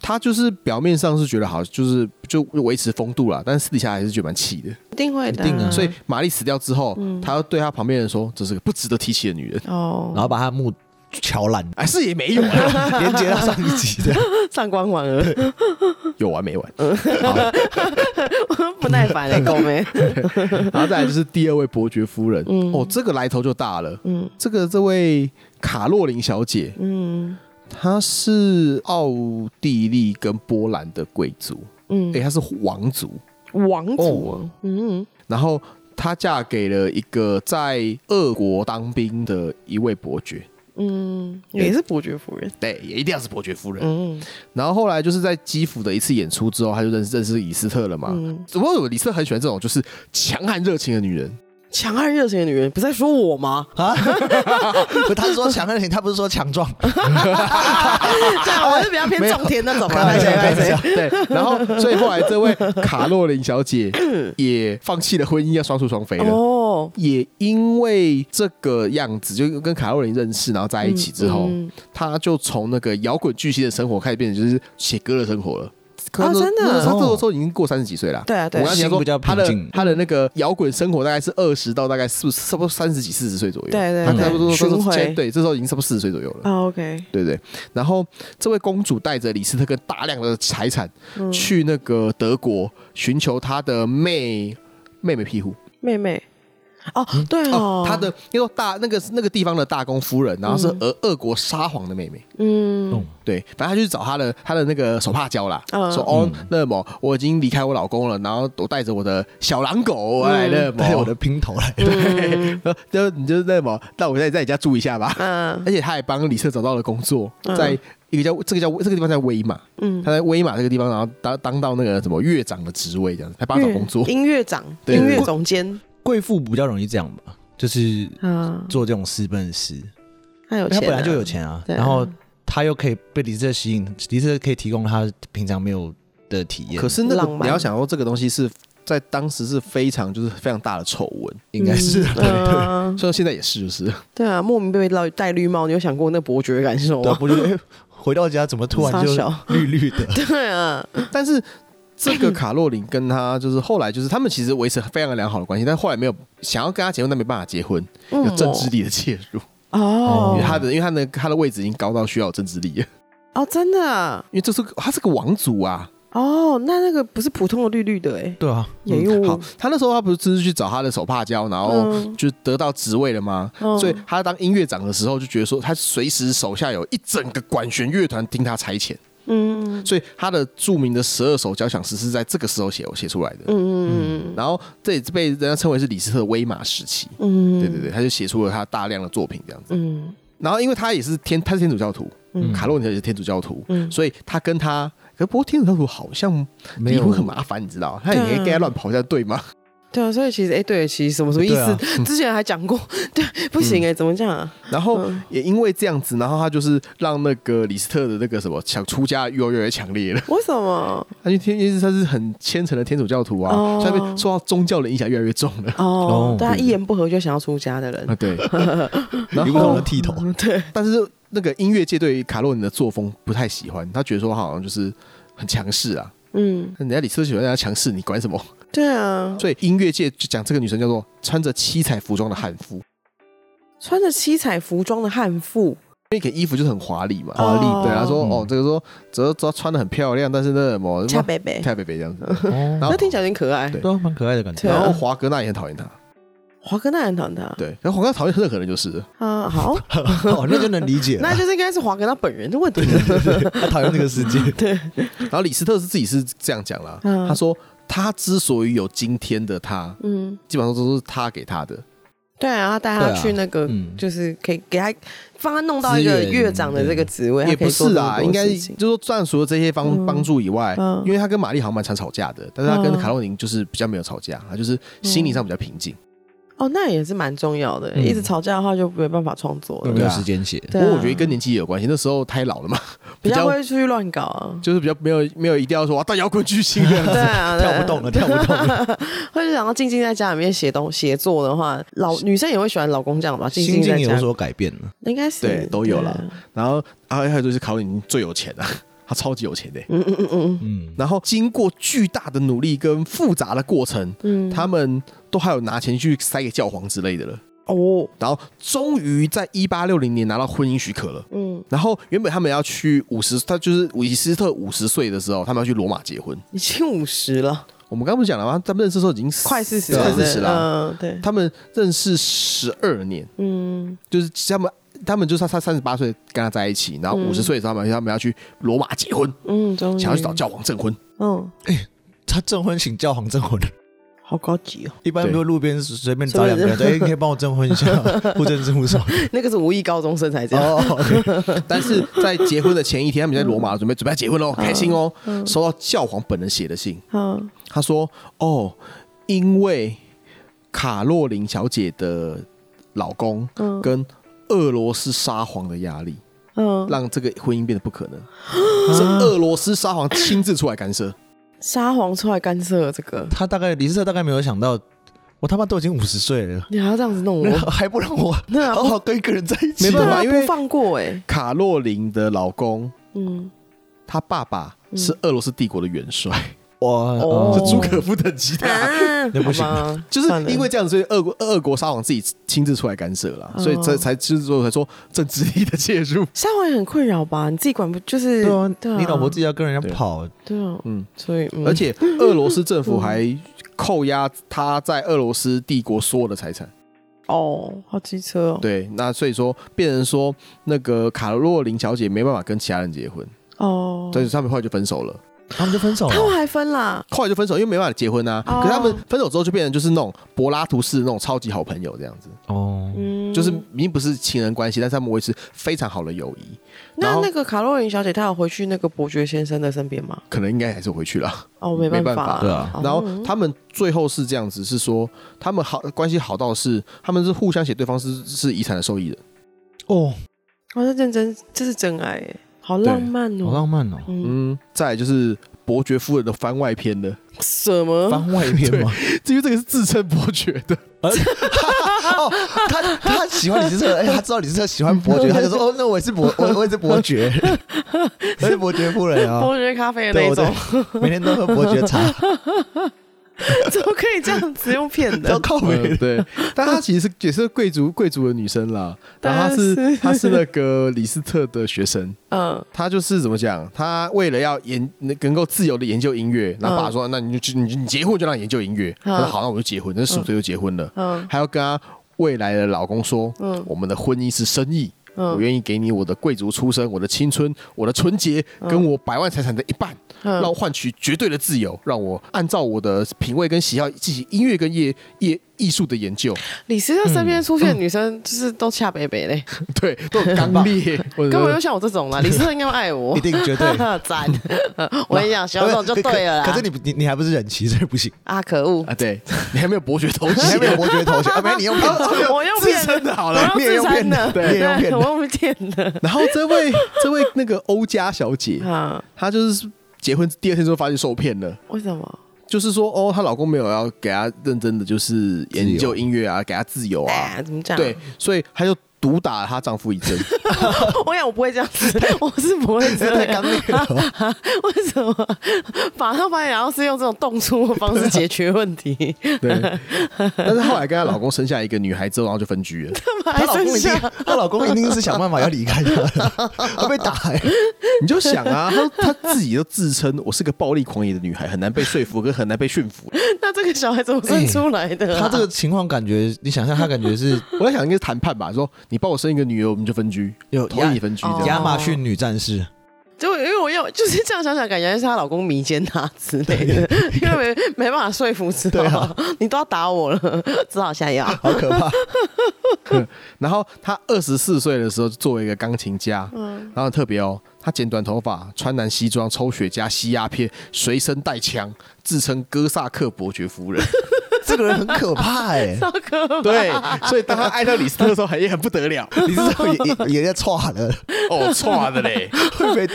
[SPEAKER 2] 他就是表面上是觉得好，就是就维持风度啦，但是私底下还是觉得蛮气的。
[SPEAKER 3] 一定会的啊，
[SPEAKER 1] 一定啊
[SPEAKER 2] 所以玛丽死掉之后，
[SPEAKER 3] 嗯
[SPEAKER 2] 他要对他旁边人说：“这是个不值得提起的女人。
[SPEAKER 3] 哦，
[SPEAKER 1] 然后把他木敲 烂”，
[SPEAKER 2] 哎，是也没有啊，
[SPEAKER 4] 连接到上一集的，
[SPEAKER 3] 上光环了，
[SPEAKER 2] 有啊完没完？
[SPEAKER 3] 嗯不耐烦 了，狗妹。
[SPEAKER 2] 然后再来就是第二位伯爵夫人，
[SPEAKER 3] 嗯
[SPEAKER 2] 哦，这个来头就大了。
[SPEAKER 3] 嗯
[SPEAKER 2] 这个这位卡洛琳小姐，
[SPEAKER 3] 嗯
[SPEAKER 2] 她是奥地利跟波兰的贵族，
[SPEAKER 3] 嗯
[SPEAKER 2] 哎，，她是王族。
[SPEAKER 3] 王族
[SPEAKER 1] 哦
[SPEAKER 3] 啊，嗯，
[SPEAKER 2] 然后她嫁给了一个在俄国当兵的一位伯爵，
[SPEAKER 3] 嗯，也是伯爵夫人。
[SPEAKER 2] 对，也一定要是伯爵夫人。
[SPEAKER 3] 嗯
[SPEAKER 2] 然后后来就是在基辅的一次演出之后，她就认识认识李斯特了嘛。
[SPEAKER 3] 嗯，
[SPEAKER 2] 只不过我李斯特很喜欢这种就是强悍热情的女人，
[SPEAKER 3] 强悍热情的女人，不在说我吗？
[SPEAKER 4] 不他说强韧型，他不是说强壮，
[SPEAKER 1] 哦
[SPEAKER 3] 对啊，我是比较偏种田那种啊
[SPEAKER 4] 开
[SPEAKER 3] 嘛。
[SPEAKER 4] 玩笑，开玩笑。
[SPEAKER 2] 对，然后所以后来这位卡洛琳 小姐也放弃了婚姻，要双宿双飞了。
[SPEAKER 3] 哦，
[SPEAKER 2] 也因为这个样子，就跟卡洛琳认识，然后在一起之后，
[SPEAKER 3] 嗯
[SPEAKER 2] 她就从那个摇滚巨星的生活开始变成就是写歌的生活了。
[SPEAKER 3] 啊真的
[SPEAKER 2] 她这个时候已经过三十几岁了。
[SPEAKER 3] 对啊对
[SPEAKER 2] 我
[SPEAKER 3] 啊
[SPEAKER 2] 刚才
[SPEAKER 1] 心比较
[SPEAKER 2] 说她的
[SPEAKER 1] 平静
[SPEAKER 2] 她的那个摇滚生活大概是二十到大概是差不多三十几四十岁左右。
[SPEAKER 3] 对对
[SPEAKER 2] 她
[SPEAKER 3] 对
[SPEAKER 2] 差不多
[SPEAKER 3] 巡回
[SPEAKER 2] 现在对，这时候已经差不多四十岁左右了。
[SPEAKER 3] 啊，OK，
[SPEAKER 2] 对对，然后这位公主带着李斯特跟大量的财产
[SPEAKER 3] 嗯
[SPEAKER 2] 去那个德国寻求她的妹妹妹庇护
[SPEAKER 3] 妹妹，哦，对哦，
[SPEAKER 2] 她嗯的因为大那个那个地方的大公夫人，然后是俄俄国沙皇的妹妹。
[SPEAKER 3] 嗯
[SPEAKER 1] 哦
[SPEAKER 2] 对，反正她就去找她的她的那个手帕胶啦，
[SPEAKER 3] 嗯
[SPEAKER 2] 说哦，乐某，我已经离开我老公了，然后我带着我的小狼狗我来乐某，
[SPEAKER 4] 带我的平头来，
[SPEAKER 2] 呃，就你就乐某，那我在在你家住一下吧。
[SPEAKER 3] 嗯
[SPEAKER 2] 而且她还帮李斯特找到了工作，
[SPEAKER 3] 嗯
[SPEAKER 2] 在一个叫这个叫这个地方叫威马，
[SPEAKER 3] 嗯，
[SPEAKER 2] 他在威马这个地方，然后当当到那个什么乐长的职位，这样子，他帮他找工作。
[SPEAKER 3] 音乐长、
[SPEAKER 2] 对
[SPEAKER 3] 音
[SPEAKER 2] 对
[SPEAKER 3] 乐总监
[SPEAKER 1] 贵妇比较容易这样吧，就是
[SPEAKER 3] 啊，
[SPEAKER 1] 做这种私奔事，
[SPEAKER 3] 他有
[SPEAKER 1] 他
[SPEAKER 3] 钱啊，
[SPEAKER 1] 本来就有钱啊，
[SPEAKER 3] 对啊
[SPEAKER 1] 然后他又可以被李志正吸引，李志正可以提供他平常没有的体验。
[SPEAKER 2] 可是那个
[SPEAKER 3] 浪漫
[SPEAKER 2] 你要想说，这个东西是在当时是非常就是非常大的丑闻，
[SPEAKER 4] 应该是
[SPEAKER 3] 嗯啊
[SPEAKER 2] 虽然现在也是，就是
[SPEAKER 3] 对啊，莫名被戴戴绿帽，你有想过那伯爵的感受
[SPEAKER 4] 对啊，
[SPEAKER 3] 吗？
[SPEAKER 4] 不就哎回到家怎么突然就
[SPEAKER 3] 傻小
[SPEAKER 4] 绿绿的？
[SPEAKER 3] 对啊，
[SPEAKER 2] 但是。这 个卡洛琳跟他就是后来就是他们其实维持非常良好的关系，但后来没有想要跟他结婚，但没办法结婚，有政治力的介入，因为
[SPEAKER 3] 嗯哦
[SPEAKER 2] 他的因为他的他的位置已经高到需要有政治力了，
[SPEAKER 3] 哦，真的啊
[SPEAKER 2] 因为这是个他是个王族啊，
[SPEAKER 3] 哦，那那个不是普通的绿绿的哎，
[SPEAKER 1] 对啊，
[SPEAKER 3] 也有
[SPEAKER 2] 嗯好，他那时候他不是就是去找他的手帕胶，然后
[SPEAKER 3] 嗯
[SPEAKER 2] 就得到职位了吗？
[SPEAKER 3] 嗯
[SPEAKER 2] 所以他当音乐长的时候就觉得说，他随时手下有一整个管弦乐团听他差遣，
[SPEAKER 3] 嗯
[SPEAKER 2] 所以他的著名的十二首交响诗是在这个时候写写出来的。
[SPEAKER 3] 嗯嗯
[SPEAKER 2] 然后这也是被人家称为是李斯特威马时期，
[SPEAKER 3] 嗯，
[SPEAKER 2] 对对对，他就写出了他大量的作品这样子。
[SPEAKER 3] 嗯
[SPEAKER 2] 然后因为他也是天，他是天主教徒，
[SPEAKER 3] 嗯
[SPEAKER 2] 卡洛尼也是天主教徒，
[SPEAKER 3] 嗯
[SPEAKER 2] 所以他跟他。可不过天主教徒好像
[SPEAKER 1] 没
[SPEAKER 2] 离
[SPEAKER 1] 有
[SPEAKER 2] 婚很麻烦，你知道？他也可以跟他乱跑一下对吗？
[SPEAKER 3] 对啊，所以其实哎，对，其实什么什么意
[SPEAKER 1] 对啊
[SPEAKER 3] 思？之前还讲过，对，不行哎，怎么讲啊？
[SPEAKER 2] 然后
[SPEAKER 3] 嗯
[SPEAKER 2] 也因为这样子，然后他就是让那个李斯特的那个什么想出家的欲望越来越强烈了。
[SPEAKER 3] 为什么？
[SPEAKER 2] 他就天，因为他是很虔诚的天主教徒啊，
[SPEAKER 3] 哦
[SPEAKER 2] 所以他被受到宗教的影响越来越重 了。
[SPEAKER 3] 哦
[SPEAKER 1] 哦，
[SPEAKER 3] 对他一言不合就想要出家的人
[SPEAKER 2] 啊，，对。 然
[SPEAKER 4] 你不懂
[SPEAKER 2] 后
[SPEAKER 4] 的，剃头，
[SPEAKER 3] 对，
[SPEAKER 2] 但是那个音乐界对于卡洛琳的作风不太喜欢，他觉得说好像就是很强势啊。
[SPEAKER 3] 嗯，
[SPEAKER 2] 人家李斯特喜欢人家强势，你管什 么？
[SPEAKER 3] 对啊，
[SPEAKER 2] 所以音乐界就讲这个女生叫做穿着七彩服装的汉服，
[SPEAKER 3] 穿着七彩服装的汉服，
[SPEAKER 2] 那个衣服就是很华丽嘛。
[SPEAKER 3] 华丽
[SPEAKER 2] 对，他说
[SPEAKER 1] 嗯
[SPEAKER 2] 哦，这个说只要只要穿的很漂亮，但是那什么
[SPEAKER 3] 恰贝贝，
[SPEAKER 2] 太北北这样子。
[SPEAKER 1] 哦
[SPEAKER 2] 然后
[SPEAKER 3] 那听起来有点可爱。
[SPEAKER 2] 对
[SPEAKER 1] 对啊，蛮可爱的感觉
[SPEAKER 3] 对。啊
[SPEAKER 2] 然后华格纳也很讨厌他，
[SPEAKER 3] 华哥那很讨厌他，
[SPEAKER 2] 对，然后华格纳讨厌任何人就是了，
[SPEAKER 3] 啊，好，
[SPEAKER 4] 哦，那 就能理
[SPEAKER 1] 啊
[SPEAKER 4] 解了
[SPEAKER 3] 那。就是应该是华哥他本人的问题。
[SPEAKER 4] 他讨厌这个世界，
[SPEAKER 2] 然后李斯特是自己是这样讲啦，
[SPEAKER 3] 嗯
[SPEAKER 2] 他说他之所以有今天的他，
[SPEAKER 3] 嗯，
[SPEAKER 2] 基本上都是他给他的，
[SPEAKER 3] 对啊，他带他
[SPEAKER 1] 对啊
[SPEAKER 3] 去那个，
[SPEAKER 1] 嗯
[SPEAKER 3] 就是可以给他帮他弄到一个
[SPEAKER 1] 资源
[SPEAKER 3] 院长的这个职位，
[SPEAKER 2] 也
[SPEAKER 3] 他可以
[SPEAKER 2] 不
[SPEAKER 3] 做
[SPEAKER 2] 是
[SPEAKER 3] 这么
[SPEAKER 2] 啊，
[SPEAKER 3] 多
[SPEAKER 2] 应该哎
[SPEAKER 3] 事
[SPEAKER 2] 就是
[SPEAKER 3] 情
[SPEAKER 2] 说，算除了这些帮
[SPEAKER 3] 嗯
[SPEAKER 2] 帮助以外
[SPEAKER 3] 嗯，
[SPEAKER 2] 因为他跟玛丽好像蛮常吵架的，但是他跟
[SPEAKER 3] 嗯
[SPEAKER 2] 卡洛琳就是比较没有吵架，他就是心理上比较平静。
[SPEAKER 3] 哦，那也是蛮重要的。
[SPEAKER 1] 嗯
[SPEAKER 3] 一直吵架的话，就没办法创作
[SPEAKER 1] 有
[SPEAKER 3] 了
[SPEAKER 1] 没。有
[SPEAKER 2] 对啊
[SPEAKER 1] 时间写？
[SPEAKER 2] 不
[SPEAKER 3] 对啊
[SPEAKER 2] 过我觉得跟年纪也有关系，那时候太老了嘛，比
[SPEAKER 3] 比较
[SPEAKER 2] 较
[SPEAKER 3] 会出去乱搞 啊。
[SPEAKER 2] 就是比较没有没有一定要说哇到摇滚巨星这样
[SPEAKER 3] 对
[SPEAKER 2] 子。
[SPEAKER 3] 啊，对啊
[SPEAKER 1] 跳不动了，跳不动了。
[SPEAKER 3] 会想要静静在家里面写东写作的话，老女生也会喜欢老公这样吧？静
[SPEAKER 1] 心
[SPEAKER 3] 静
[SPEAKER 1] 境
[SPEAKER 3] 在
[SPEAKER 1] 有
[SPEAKER 3] 家，
[SPEAKER 1] 所改变了。
[SPEAKER 3] 应该是
[SPEAKER 2] 对都有啦
[SPEAKER 3] 对啊
[SPEAKER 2] 然后还有还有就是卡洛琳最有钱的，啊他超级有钱的。
[SPEAKER 3] 嗯嗯嗯嗯
[SPEAKER 1] 嗯，
[SPEAKER 2] 然后经过巨大的努力跟复杂的过程，
[SPEAKER 3] 嗯，
[SPEAKER 2] 他们都还有拿钱去塞给教皇之类的了。
[SPEAKER 3] 哦，
[SPEAKER 2] 然后终于在一八六零年拿到婚姻许可了。
[SPEAKER 3] 嗯，
[SPEAKER 2] 然后原本他们要去五十，他就是伍伊斯特五十岁的时候，他们要去罗马结婚。
[SPEAKER 3] 已经五十了，
[SPEAKER 2] 我们刚刚不是讲了吗？他们认识的时候已经
[SPEAKER 3] 快四十
[SPEAKER 2] 对
[SPEAKER 3] 了，
[SPEAKER 2] 快四十了啊。
[SPEAKER 3] 嗯，对，
[SPEAKER 2] 他们认识十二年，
[SPEAKER 3] 嗯，
[SPEAKER 2] 就是他们，他们就是他他三十八岁跟他在一起，然后五十岁的时候他们他们要去罗马结婚，
[SPEAKER 3] 嗯，终于
[SPEAKER 2] 想要去找教皇证婚。
[SPEAKER 3] 嗯，
[SPEAKER 1] 他证婚请教皇证婚，
[SPEAKER 3] 好高级哦，
[SPEAKER 1] 一般
[SPEAKER 2] 对
[SPEAKER 1] 不是路边随便找两个人，
[SPEAKER 3] 随便
[SPEAKER 1] 哎，你可以帮我证婚一下，户政事务所。
[SPEAKER 3] 那个是无意高中生才这样，
[SPEAKER 1] 哦，OK，
[SPEAKER 2] 但是在结婚的前一天，他们在罗马准备准备要结婚喽，开心哦
[SPEAKER 3] 嗯！
[SPEAKER 2] 收到教皇本人写的信，
[SPEAKER 3] 嗯，
[SPEAKER 2] 他说：“哦，因为卡洛琳小姐的老公
[SPEAKER 3] 嗯
[SPEAKER 2] 跟俄罗斯沙皇的压力，
[SPEAKER 3] 嗯，啊
[SPEAKER 2] 让这个婚姻变得不可能，是俄罗斯沙皇亲自出来干涉。
[SPEAKER 3] 沙皇出来干涉了这个，
[SPEAKER 1] 他大概李斯特大概没有想到，我他妈都已经五十岁了，
[SPEAKER 3] 你还要这样子 弄
[SPEAKER 1] 那
[SPEAKER 3] 我，
[SPEAKER 1] 还不让我
[SPEAKER 3] 那
[SPEAKER 1] 好好跟一个人在一起？
[SPEAKER 2] 没办法
[SPEAKER 3] 啊
[SPEAKER 2] 因
[SPEAKER 3] 对啊
[SPEAKER 2] 为
[SPEAKER 3] 不放过哎，
[SPEAKER 2] 卡洛琳的老公，
[SPEAKER 3] 嗯，
[SPEAKER 2] 他爸爸是俄罗斯帝国的元帅，
[SPEAKER 1] 哇，
[SPEAKER 3] 哦
[SPEAKER 1] 哦
[SPEAKER 2] 是朱可夫等级的啊。
[SPEAKER 3] 啊，
[SPEAKER 1] 那不行
[SPEAKER 3] 好吧
[SPEAKER 2] 就是
[SPEAKER 3] 算了
[SPEAKER 2] 因为这样，所以俄国俄国沙皇自己亲自出来干涉了，
[SPEAKER 3] 哦
[SPEAKER 2] 所以这才就是说才说政治力的介入。
[SPEAKER 3] 沙皇也很困扰吧？你自己管不就是？
[SPEAKER 1] 对啊，你老婆自
[SPEAKER 3] 己
[SPEAKER 1] 己要跟人家跑，
[SPEAKER 3] 对啊，
[SPEAKER 2] 嗯，
[SPEAKER 3] 所以嗯
[SPEAKER 2] 而且俄罗斯政府还扣押他在俄罗斯帝国所有的财产。
[SPEAKER 3] 哦，好机车哦，
[SPEAKER 2] 对，那所以说变成说那个卡洛琳小姐没办法跟其他人结婚，
[SPEAKER 3] 哦，
[SPEAKER 2] 所以他们后来就分手了。
[SPEAKER 1] 他们就分手
[SPEAKER 3] 他们
[SPEAKER 1] 了。哦
[SPEAKER 3] 还分啦，
[SPEAKER 2] 后来就分手，因为没办法结婚啊。
[SPEAKER 3] 哦
[SPEAKER 2] 可是他们分手之后就变成就是那种柏拉图式的那种超级好朋友这样子，
[SPEAKER 1] 哦，
[SPEAKER 3] 嗯，
[SPEAKER 2] 就是明明不是情人关系，但是他们维持非常好的友谊。然
[SPEAKER 3] 那
[SPEAKER 2] 后
[SPEAKER 3] 那个卡洛琳小姐，她有回去那个伯爵先生的身边吗？
[SPEAKER 2] 可能应该还是回去了。
[SPEAKER 3] 哦，没办
[SPEAKER 2] 没办
[SPEAKER 3] 法啊，
[SPEAKER 2] 法
[SPEAKER 1] 对啊
[SPEAKER 3] 哦
[SPEAKER 2] 然后他们最后是这样子，是说他们好关系好到是他们是互相写对方是是遗产的受益人。
[SPEAKER 1] 哦，
[SPEAKER 3] 哇，这认真，这是真爱耶，好浪漫
[SPEAKER 1] 好
[SPEAKER 3] 哦，
[SPEAKER 1] 浪漫哦，
[SPEAKER 3] 嗯，
[SPEAKER 2] 嗯，再来就是伯爵夫人的番外篇 了，
[SPEAKER 3] 什么？
[SPEAKER 1] 番外篇吗？呃
[SPEAKER 2] 因为这个是自称伯爵的，
[SPEAKER 1] 哦，他他喜欢李斯特，哎，他知道李斯特喜欢伯爵，他就 说哦，那 我也是伯，我我也是伯爵，我是伯爵夫人啊。
[SPEAKER 3] 伯爵咖啡的
[SPEAKER 1] 对，
[SPEAKER 3] 那
[SPEAKER 1] 我
[SPEAKER 3] 种，
[SPEAKER 1] 对每天都喝伯爵茶，
[SPEAKER 3] 怎么可以这样子用骗
[SPEAKER 1] 要
[SPEAKER 3] 的？
[SPEAKER 1] 靠北
[SPEAKER 2] 嗯
[SPEAKER 1] 的。
[SPEAKER 2] 对，但她其实是也是贵族贵族的女生啦，然后她
[SPEAKER 3] 但是
[SPEAKER 2] 是 她是那个李斯特的学生，
[SPEAKER 3] 嗯，
[SPEAKER 2] 她就是怎么讲，她为了要研能够自由的研究音乐，然后爸爸说，那你就去你你结婚就让你研究音乐，
[SPEAKER 3] 嗯
[SPEAKER 2] 她说好，那我就结婚，那十五岁就结婚了，
[SPEAKER 3] 嗯
[SPEAKER 2] 还要跟她未来的老公说，
[SPEAKER 3] 嗯
[SPEAKER 2] 我们的婚姻是生意。
[SPEAKER 3] 嗯
[SPEAKER 2] 我愿意给你我的贵族出身、我的青春、我的纯洁，跟我百万财产的一半，
[SPEAKER 3] 嗯
[SPEAKER 2] 让我换取绝对的自由，让我按照我的品味跟喜好进行音乐跟业业艺术的研究，
[SPEAKER 3] 李斯特身边出现的女生，就是都恰北北嘞，
[SPEAKER 2] 对，都很刚烈， 根
[SPEAKER 3] 根本就像我这种啦。李斯特应该会爱我，
[SPEAKER 1] 一定绝对
[SPEAKER 3] 赞！我跟你讲，小总就对了啦。
[SPEAKER 1] 可可是你你你还不是忍骑，所以不行。
[SPEAKER 3] 啊，可恶！
[SPEAKER 2] 啊，对 你还没有伯爵头
[SPEAKER 1] 你 还
[SPEAKER 2] 衔
[SPEAKER 1] 没，有伯爵头衔，啊没你 用骗的，
[SPEAKER 3] 我用
[SPEAKER 2] 自
[SPEAKER 3] 骗
[SPEAKER 2] 身的好 了
[SPEAKER 3] 我
[SPEAKER 1] 你也
[SPEAKER 3] 用
[SPEAKER 1] 用
[SPEAKER 3] 自残
[SPEAKER 1] 骗
[SPEAKER 3] 的，
[SPEAKER 1] 的对你也用骗的
[SPEAKER 3] 我用骗的。
[SPEAKER 2] 然后这位这位那个欧家小姐，
[SPEAKER 3] 啊，
[SPEAKER 2] 她就是结婚第二天就发现受骗了。
[SPEAKER 3] 为什么？
[SPEAKER 2] 就是说，哦，她老公没有要给她认真的，就是研究音乐啊，给她自由啊，
[SPEAKER 3] 哎，怎么讲？
[SPEAKER 2] 对，，所以她就毒打了她丈夫一 阵。
[SPEAKER 3] 我想我不会这样子，我是不会这样。太刚烈了，为什么？马上发现，然后是用这种动粗的方式解决问题，
[SPEAKER 2] 对，但是后来跟她老公生下一个女孩之后，然后就分居了。
[SPEAKER 1] 她
[SPEAKER 3] 还
[SPEAKER 1] 老公
[SPEAKER 3] 剩
[SPEAKER 1] 一定
[SPEAKER 3] 下，
[SPEAKER 1] 她老公一定是想办法要离开她的，会被打欸。
[SPEAKER 2] 你就想啊，她她自己都自称我是个暴力狂野的女孩，很难被说服，跟很难被驯服。
[SPEAKER 3] 那这个小孩怎么生出来的啊？
[SPEAKER 1] 她这个情况感觉，你想象她感觉是
[SPEAKER 2] 我在想应该是谈判吧，说你帮我生一个女儿，我们就分居，啊
[SPEAKER 1] 有
[SPEAKER 2] 同意分居这
[SPEAKER 3] 哦
[SPEAKER 2] 样。
[SPEAKER 1] 亚马逊女战士，
[SPEAKER 3] 就因为我要就是这样想想，感觉是她老公迷奸她之类的， 因为没没办法说服，只好、
[SPEAKER 2] 啊
[SPEAKER 3] 你都要打我了，只好 下药。
[SPEAKER 2] 好可怕。 然后他二十四岁的时候，作为一个钢琴家，然后特别哦，他剪短头发，穿男西装，抽雪茄，吸鸦片，随身带枪，自称哥萨克伯爵夫 人。
[SPEAKER 4] 这个人很可怕哎、
[SPEAKER 3] 超可怕！
[SPEAKER 2] 对，所以当他爱上李斯特的时候， 还也很不得了。
[SPEAKER 4] 你知道也也也在岔了，
[SPEAKER 2] 哦，错的嘞，
[SPEAKER 4] 会被打。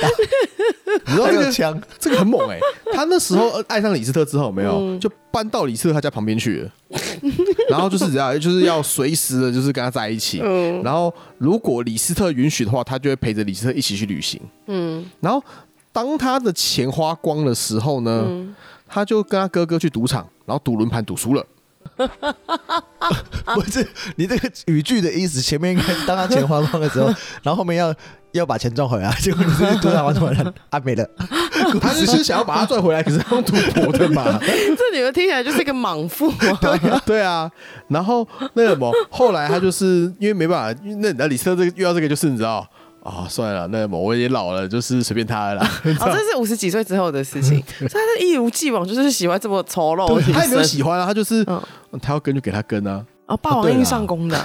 [SPEAKER 2] 你知道
[SPEAKER 4] 还
[SPEAKER 2] 这
[SPEAKER 4] 有
[SPEAKER 2] 个
[SPEAKER 4] 枪，
[SPEAKER 2] 这个很猛哎、他那时候呃爱上李斯特之后，有没有、就搬到李斯特他家旁边去了，然后就是只要就是要随时的，就是跟他在一起。然后如果李斯特允许的话，他就会陪着李斯特一起去旅行。嗯，然后当他的钱花光的时候呢，他就跟他哥哥去赌场，然后赌轮盘赌输了。
[SPEAKER 4] 不是你这个语句的意思，前面应该当他钱花光的时候，然后后面要要把钱赚回来，结果你自己突然玩突然啊没了，
[SPEAKER 2] 他就是想要把他赚回来，可是他用赌博的嘛。
[SPEAKER 3] 这女的听起来就是一个莽妇啊！
[SPEAKER 2] 对啊，然后那个什么，后来他就是因为没办法，因为那那李斯特这个遇到这个就是你知道啊、算了，那什么我也老了，就是随便他了啦。
[SPEAKER 3] 哦，这是五十几岁之后的事情，所以他是一如既往，就是喜欢这么丑陋的女生。
[SPEAKER 2] 他也没有喜欢啊，他就是、
[SPEAKER 3] 嗯
[SPEAKER 2] 他要跟就给他跟啊，
[SPEAKER 3] 啊，霸王硬 上弓的，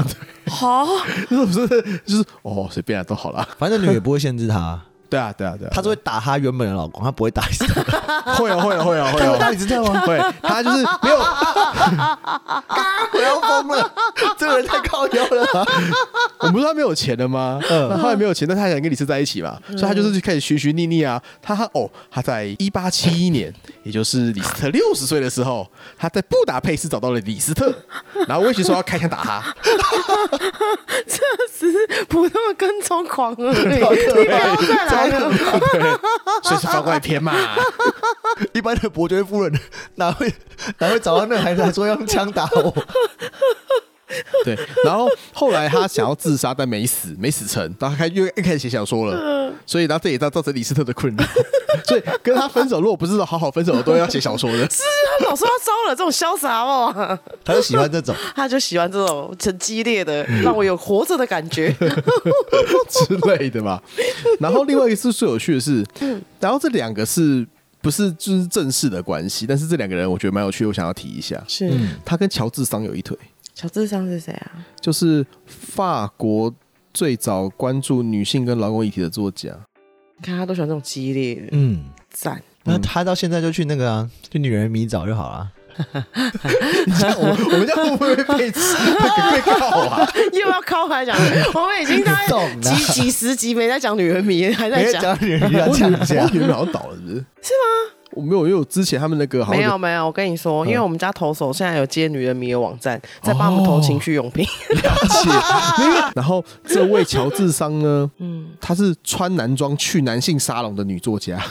[SPEAKER 3] 好，
[SPEAKER 2] 就是不是就是哦随便啊都好啦。
[SPEAKER 4] 反正女也不会限制他，
[SPEAKER 2] 对啊对啊对啊，
[SPEAKER 4] 他只会打他原本的老公，他不会打死他。
[SPEAKER 2] 会哦会哦会哦 会
[SPEAKER 4] 大
[SPEAKER 2] 哦
[SPEAKER 4] 理知道吗？
[SPEAKER 2] 会，他就是没有
[SPEAKER 4] 我要疯了，这个人太靠腰了。
[SPEAKER 2] 我不是他没有钱了吗？嗯，后来没有钱，但他还想跟李斯在一起嘛，所以他就是就开始寻寻觅觅啊。他他哦，他在一八七一年，也就是李斯特六十岁的时候，他在布达佩斯找到了李斯特，然后威胁说要开枪打他。
[SPEAKER 3] 这只是普通的跟踪狂而已，你不要再
[SPEAKER 2] 啊
[SPEAKER 3] 来了。
[SPEAKER 2] 所以是番外篇嘛。
[SPEAKER 4] 一般的伯爵夫人哪会哪会找到那个孩子还说要用枪打我？
[SPEAKER 2] 对，然后后来他想要自杀，但没死，没死成，然后开又又开始写小说
[SPEAKER 3] 嗯
[SPEAKER 2] 了，所以然后这也造造成李斯特的困扰。所以跟他分手，如果不是好好分手，我都要写小说的。
[SPEAKER 3] 是他老说他招惹这种潇洒哦，
[SPEAKER 4] 他就喜欢 这种，
[SPEAKER 3] 他就喜欢这种很激烈的，
[SPEAKER 2] 嗯
[SPEAKER 3] 让我有活着的感觉。
[SPEAKER 2] 之类的嘛。然后另外一个是最有趣的是，
[SPEAKER 3] 嗯
[SPEAKER 2] 然后这两个是不是就是正式的关系？但是这两个人我觉得蛮有趣的，我想要提一下。
[SPEAKER 3] 是
[SPEAKER 2] 他跟乔治桑有一腿，
[SPEAKER 3] 乔治桑是谁啊？
[SPEAKER 2] 就是法国最早关注女性跟劳工议题的作家。
[SPEAKER 3] 看他都喜欢这种激烈的，
[SPEAKER 4] 嗯。
[SPEAKER 3] 赞。
[SPEAKER 4] 那他到现在就去那个啊，去女人迷找就好了。
[SPEAKER 2] 你看我我们家会不会被吃被被告啊？
[SPEAKER 3] 又要靠开讲，我们已经 大
[SPEAKER 4] 懂
[SPEAKER 3] 概
[SPEAKER 4] 啦
[SPEAKER 3] 几几十集没在讲女人迷，还在
[SPEAKER 4] 没
[SPEAKER 3] 讲。
[SPEAKER 4] 讲女人迷 要
[SPEAKER 2] 我
[SPEAKER 4] 讲一
[SPEAKER 2] 女
[SPEAKER 4] 下
[SPEAKER 2] 我，女人好像倒了，是不是？是吗？我没有，因为我之前他们那个好像
[SPEAKER 3] 没有没有，我跟你说，因为我们家投手现在有接女人迷的网站，在帮我们投情趣用品。
[SPEAKER 2] 然后这位乔治桑呢，
[SPEAKER 3] 嗯，
[SPEAKER 2] 她是穿男装去男性沙龙的女作家。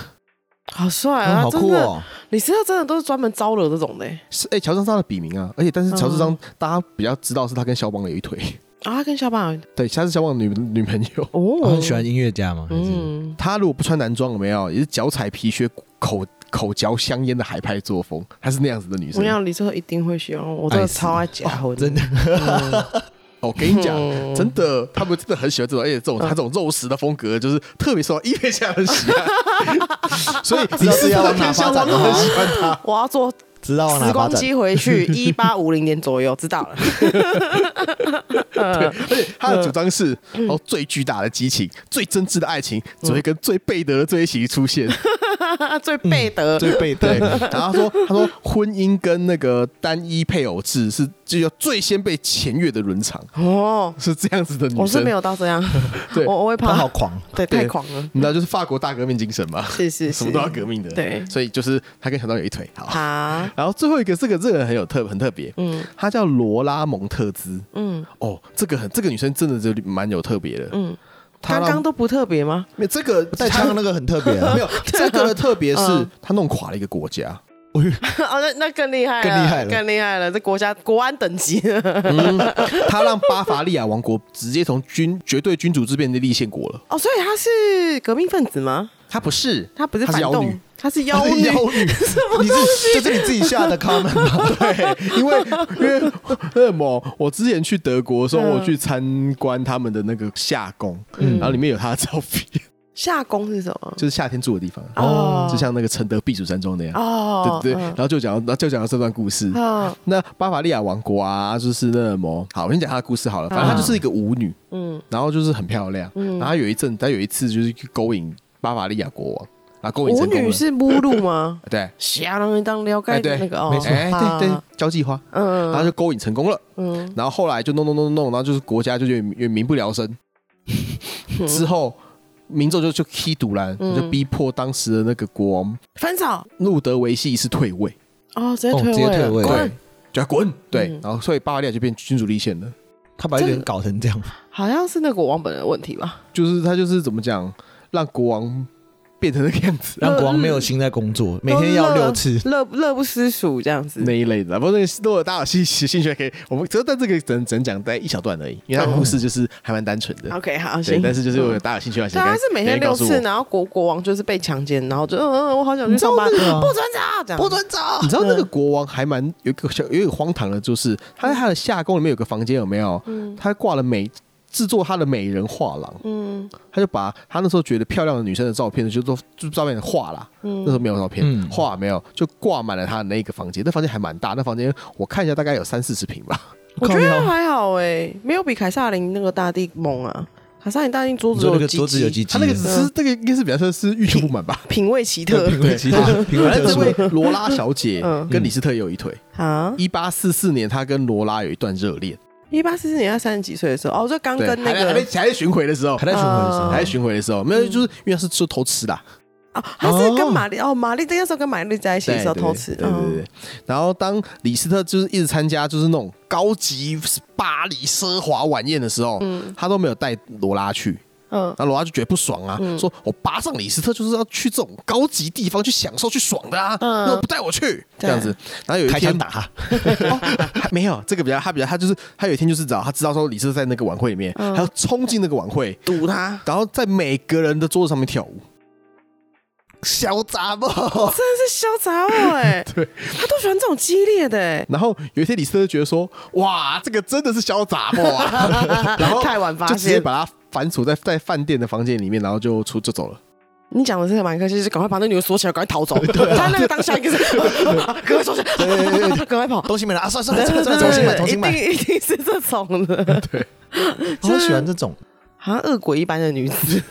[SPEAKER 3] 好帅
[SPEAKER 4] 嗯
[SPEAKER 3] 啊！
[SPEAKER 4] 好酷
[SPEAKER 3] 真的，
[SPEAKER 4] 哦！
[SPEAKER 3] 李斯特真的都是专门招惹这种的欸
[SPEAKER 2] 是哎，乔治桑的笔名啊，而且但是乔治桑、大家比较知道是他跟肖邦有一腿，
[SPEAKER 3] 啊，他跟小板
[SPEAKER 2] 对，他是肖邦的女女朋友。
[SPEAKER 4] 我
[SPEAKER 3] 哦，
[SPEAKER 4] 很喜欢音乐家嘛，嗯，
[SPEAKER 3] 嗯，
[SPEAKER 2] 他如果不穿男装，有没有也是脚踩皮靴，口口嚼香烟的海派作风，她是那样子的女
[SPEAKER 3] 我
[SPEAKER 2] 生。
[SPEAKER 3] 想李斯特一定会喜欢我，我真的超爱假婚，真的。
[SPEAKER 2] 我跟你讲，
[SPEAKER 3] 嗯
[SPEAKER 2] 真的，他们真的很喜欢这种，而且这种他这种肉食的风格，就是特别受到音乐家的喜 爱。所以你是
[SPEAKER 4] 要
[SPEAKER 2] 要
[SPEAKER 4] 往哪
[SPEAKER 2] 看肖
[SPEAKER 4] 发
[SPEAKER 2] 邦
[SPEAKER 4] 展
[SPEAKER 2] 都
[SPEAKER 4] 的话
[SPEAKER 2] 很喜欢他。
[SPEAKER 3] 我要坐
[SPEAKER 4] 知道往哪
[SPEAKER 3] 时
[SPEAKER 4] 发
[SPEAKER 3] 光
[SPEAKER 4] 展。
[SPEAKER 3] 机回去一八五零年左右，知道了。
[SPEAKER 2] 对，而且他的主张是，
[SPEAKER 3] 嗯
[SPEAKER 2] 哦，最巨大的激情、最真挚的爱情，只会跟最贝德的在一起出 现。
[SPEAKER 3] 最贝德，
[SPEAKER 4] 最背
[SPEAKER 2] 对，
[SPEAKER 4] 对，
[SPEAKER 2] 然后他说，他说婚姻跟那个单一配偶制是就要最先被前越的伦常，
[SPEAKER 3] 哦，
[SPEAKER 2] 是这样子的女生。
[SPEAKER 3] 我是没，有到这样，
[SPEAKER 2] 对
[SPEAKER 3] 我我会
[SPEAKER 4] 他好
[SPEAKER 3] 怕，
[SPEAKER 4] 狂，
[SPEAKER 3] 对，太狂了，
[SPEAKER 2] 你知道就是法国大革命精神嘛，
[SPEAKER 3] 是是
[SPEAKER 2] 什
[SPEAKER 3] 是
[SPEAKER 2] 么，都要革命的。
[SPEAKER 3] 对
[SPEAKER 2] 所以就是他跟小张有一腿。好，
[SPEAKER 3] 啊，
[SPEAKER 2] 然后最后一个这个这个人很有特很特别，
[SPEAKER 3] 嗯
[SPEAKER 2] 她叫罗拉蒙特兹。
[SPEAKER 3] 嗯
[SPEAKER 2] 哦，这个很这个女生真的就蛮有特别的。
[SPEAKER 3] 嗯，
[SPEAKER 2] 她
[SPEAKER 3] 刚
[SPEAKER 2] 让
[SPEAKER 3] 刚都不特别吗？
[SPEAKER 2] 没有这个
[SPEAKER 4] 带枪的那个很特别啊，
[SPEAKER 2] 没有这个的特别是
[SPEAKER 3] 嗯
[SPEAKER 2] 她弄垮了一个国家。
[SPEAKER 3] 哦，那那更厉害了，
[SPEAKER 4] 更厉害了
[SPEAKER 3] 更厉害了，这国家国安等级了，
[SPEAKER 2] 嗯，他让巴伐利亚王国直接从君绝对君主制变成立宪国了。
[SPEAKER 3] 哦，所以他是革命分子吗？
[SPEAKER 2] 他不是，
[SPEAKER 3] 他不是
[SPEAKER 2] 他
[SPEAKER 3] 反
[SPEAKER 2] 是妖
[SPEAKER 3] 动
[SPEAKER 2] 女，，
[SPEAKER 3] 他是妖女，
[SPEAKER 4] 女， 你是就是你自己下的 comment 吧？
[SPEAKER 2] 对，因为因为恶魔，我之前
[SPEAKER 3] 嗯
[SPEAKER 2] 嗯去德国的时候，我去参观他们的那个夏宫，然后里面有他的照片，
[SPEAKER 3] 夏宫是什么？
[SPEAKER 2] 就是夏天住的地方，
[SPEAKER 3] 哦
[SPEAKER 2] 就像那个承德避暑山庄那样。
[SPEAKER 3] 哦，
[SPEAKER 2] 对对对，然后就讲，然后就讲了这段故事。
[SPEAKER 3] 嗯，
[SPEAKER 2] 那巴伐利亚王国啊，就是那么好，我先讲她的故事好了。反正她就是一个舞女，
[SPEAKER 3] 嗯
[SPEAKER 2] 然后就是很漂亮，然后她有一阵，她有一次就是去勾引巴伐利亚国王，啊，勾引
[SPEAKER 3] 舞
[SPEAKER 2] 成功
[SPEAKER 3] 女
[SPEAKER 2] 了。
[SPEAKER 3] 是目录吗？
[SPEAKER 2] 对，
[SPEAKER 3] 相当了
[SPEAKER 2] 哎
[SPEAKER 3] 解
[SPEAKER 2] 对，
[SPEAKER 3] 的那个哦，
[SPEAKER 2] 没错，哎
[SPEAKER 3] 啊
[SPEAKER 2] 对对，，交际花，然后
[SPEAKER 3] 嗯
[SPEAKER 2] 就勾引成功了，
[SPEAKER 3] 嗯
[SPEAKER 2] 然后后来就弄弄弄弄弄，然后就是国家就越越民不聊生，
[SPEAKER 3] 嗯
[SPEAKER 2] 之后民众就就踢独兰，
[SPEAKER 3] 嗯
[SPEAKER 2] 就逼迫当时的那个国王
[SPEAKER 3] 分手
[SPEAKER 2] 路德维希一世退位，
[SPEAKER 3] 哦，直接
[SPEAKER 1] 哦
[SPEAKER 3] 退
[SPEAKER 1] 直接
[SPEAKER 3] 位
[SPEAKER 1] 退
[SPEAKER 3] 了，
[SPEAKER 1] 位
[SPEAKER 3] 滚，
[SPEAKER 2] 就要滚，对
[SPEAKER 3] 嗯，
[SPEAKER 2] 然后所以巴伐利亚就变君主立宪了，
[SPEAKER 1] 他把一个人搞成
[SPEAKER 4] 嗯
[SPEAKER 1] 这样，
[SPEAKER 3] 好像是那国王本人的问题吧？
[SPEAKER 2] 就是他就是怎么讲，让国王变成那个样子。
[SPEAKER 1] 让国王没有心在工作，每天要六次。
[SPEAKER 3] 乐乐不思蜀这样子
[SPEAKER 2] 那。一类的，不过那个如果大家有兴趣兴趣，可以我们只但这个只能只能讲在一小段而已，因为它故事就是还蛮单纯的。
[SPEAKER 3] OK，好，
[SPEAKER 2] 对，
[SPEAKER 3] 行。
[SPEAKER 2] 但是就是
[SPEAKER 3] 嗯
[SPEAKER 2] 我大家有兴趣的话，
[SPEAKER 3] 对啊，他是每天六次，
[SPEAKER 2] 呢。
[SPEAKER 3] 然后国国王就是被强奸，然后就嗯嗯，我好想去上班，不准走，这样不准走，
[SPEAKER 2] 你知道那个国王还蛮有一个小有一个荒唐的，就是他在他的夏宫里面有个房间，有没有？他挂了美制作他的美人画廊，
[SPEAKER 3] 嗯
[SPEAKER 2] 他就把他那时候觉得漂亮的女生的照片，就都就照片画啦。那时候
[SPEAKER 3] 嗯，
[SPEAKER 2] 没有照片，
[SPEAKER 1] 嗯
[SPEAKER 2] 画没有，就挂满了他的那个房间。那房间还蛮大，那房间我看一下，大概有三四十平吧。
[SPEAKER 3] 我
[SPEAKER 1] 靠
[SPEAKER 3] 觉得
[SPEAKER 1] 腰
[SPEAKER 3] 还好哎，没有比凯撒琳那个大帝猛啊。凯撒琳大帝桌
[SPEAKER 1] 你
[SPEAKER 3] 子
[SPEAKER 1] 说
[SPEAKER 3] 有
[SPEAKER 1] 那个
[SPEAKER 3] 鸡
[SPEAKER 1] 桌子有
[SPEAKER 3] 鸡
[SPEAKER 1] 鸡鸡
[SPEAKER 2] 他
[SPEAKER 1] 的，
[SPEAKER 2] 那个 只是那个应该是比较算是欲求不满吧。
[SPEAKER 3] 品味奇特
[SPEAKER 1] 品味奇 特，品味
[SPEAKER 2] 反正
[SPEAKER 1] 特
[SPEAKER 2] 这
[SPEAKER 1] 殊。
[SPEAKER 2] 位罗拉小姐
[SPEAKER 3] 嗯
[SPEAKER 2] 跟李斯特也有一腿。
[SPEAKER 3] 啊！
[SPEAKER 2] 一八四四年，她跟罗拉有一段热恋，
[SPEAKER 3] 一八四四年，他三十几岁的时候，哦，就刚
[SPEAKER 2] 对，
[SPEAKER 3] 跟那
[SPEAKER 2] 还在还
[SPEAKER 3] 个嗯
[SPEAKER 2] 在还在巡回的时候，
[SPEAKER 1] 还在巡回的时候，
[SPEAKER 2] 还在巡回的时候，没有，就是因为他是做偷吃的啊，
[SPEAKER 3] 哦，他是跟玛丽哦，玛丽那个时候跟玛丽在一起的时候偷吃，嗯
[SPEAKER 2] 对对对对。对然后当李斯特就是一直参加就是那种高级巴黎奢华晚宴的时候，他都没有带罗拉去。
[SPEAKER 3] 嗯
[SPEAKER 2] 那罗拉就觉得不爽啊，说我巴上李斯特就是要去这种高级地方去享受、去爽的啊，
[SPEAKER 3] 嗯
[SPEAKER 2] 那我不带我去这样子。然后有一
[SPEAKER 1] 开
[SPEAKER 2] 天
[SPEAKER 1] 枪打他，
[SPEAKER 2] 哦还没有这个比较，他比较他就是他有一天就是找他知道说李斯特在那个晚会里面，
[SPEAKER 3] 嗯
[SPEAKER 2] 他要冲进那个晚会，
[SPEAKER 3] 嗯，堵他，
[SPEAKER 2] 然后在每个人的桌子上面跳舞，小杂毛。
[SPEAKER 3] 真的是潇洒哦哎，
[SPEAKER 2] 对，
[SPEAKER 3] 他都喜欢这种激烈的哎，
[SPEAKER 2] 然后有一天，李斯特就觉得说：“哇，这个真的是潇洒不 啊！”然后
[SPEAKER 3] 太晚发
[SPEAKER 2] 就直接
[SPEAKER 3] 现，
[SPEAKER 2] 把他反锁在在饭店的房间里面，然后就出就走了。
[SPEAKER 3] 你讲的是蛮客气，就是赶快把那女的锁起来，赶快逃走。他那个当下一个是，赶快锁起来，赶快跑。
[SPEAKER 1] 东西没了啊，算了算
[SPEAKER 3] 对
[SPEAKER 1] 了算
[SPEAKER 3] 对
[SPEAKER 1] 了，
[SPEAKER 3] 对
[SPEAKER 1] 重新买，重
[SPEAKER 3] 对对，
[SPEAKER 1] 新
[SPEAKER 3] 一
[SPEAKER 1] 买。
[SPEAKER 3] 定一定是这种的，
[SPEAKER 1] 我好喜欢这 种，
[SPEAKER 3] 好像恶鬼一般的女子。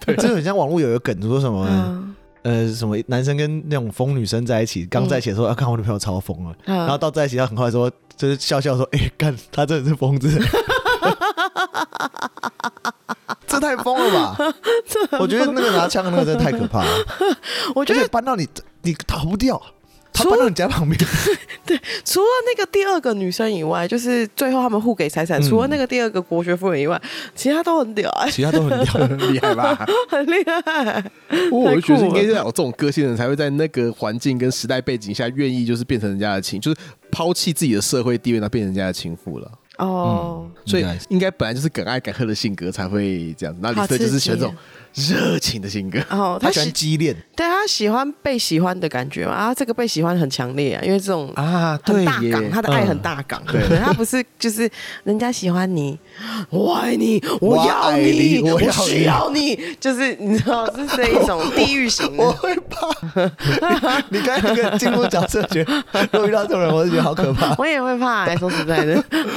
[SPEAKER 1] 这个很像网络有一个梗，说什么
[SPEAKER 3] 嗯
[SPEAKER 1] 呃什么男生跟那种疯女生在一起，刚在一起的时候，要啊看我女朋友超疯了，然后
[SPEAKER 3] 嗯，
[SPEAKER 1] 到在一起，他很快说，就是笑笑说，哎，干，他真的是疯子， 这太疯了 吧？我觉得那个拿枪的那个真的太可怕了，
[SPEAKER 3] 我
[SPEAKER 1] 而
[SPEAKER 3] 觉得
[SPEAKER 1] 且搬到你你逃不掉，他搬到你家旁边，
[SPEAKER 3] 除了那个第二个女生以外，就是最后他们互给财产，
[SPEAKER 1] 嗯
[SPEAKER 3] 除了那个第二个国学夫人以外，其他都很屌，哎，
[SPEAKER 1] 其他都很屌。
[SPEAKER 2] 厉害吧？
[SPEAKER 3] 很厉害。
[SPEAKER 2] 不过我就觉得应该是
[SPEAKER 3] 太酷了
[SPEAKER 2] 要有这种个性的人才会在那个环境跟时代背景下，愿意就是变成人家的情，就是抛弃自己的社会地位，然后变成人家的情妇了。
[SPEAKER 3] 哦，
[SPEAKER 2] 所以
[SPEAKER 1] 应该是
[SPEAKER 2] 应该本来就是敢爱敢恨的性格才会这样。那李斯特就是喜欢这种热情的性格。
[SPEAKER 3] 哦，
[SPEAKER 1] 他
[SPEAKER 3] 他
[SPEAKER 1] 喜欢
[SPEAKER 3] 喜
[SPEAKER 1] 激烈，
[SPEAKER 3] 对他喜欢被喜欢的感觉嘛啊，这个被喜欢很强烈啊，因为这种
[SPEAKER 2] 啊，
[SPEAKER 3] 很大港，
[SPEAKER 2] 耶，嗯
[SPEAKER 3] 他的爱很大港，
[SPEAKER 2] 对
[SPEAKER 3] 他不是就是人家喜欢你，我爱你，我要
[SPEAKER 2] 爱
[SPEAKER 3] 你，
[SPEAKER 2] 你
[SPEAKER 3] 我
[SPEAKER 2] 我要你
[SPEAKER 3] 需要你，就是你知道是这一种地狱 型 的。
[SPEAKER 1] 会怕。你你刚才那个进入角色，觉得如果遇到这种人，我就觉得好可怕。
[SPEAKER 3] 我也会怕、欸，说实在的，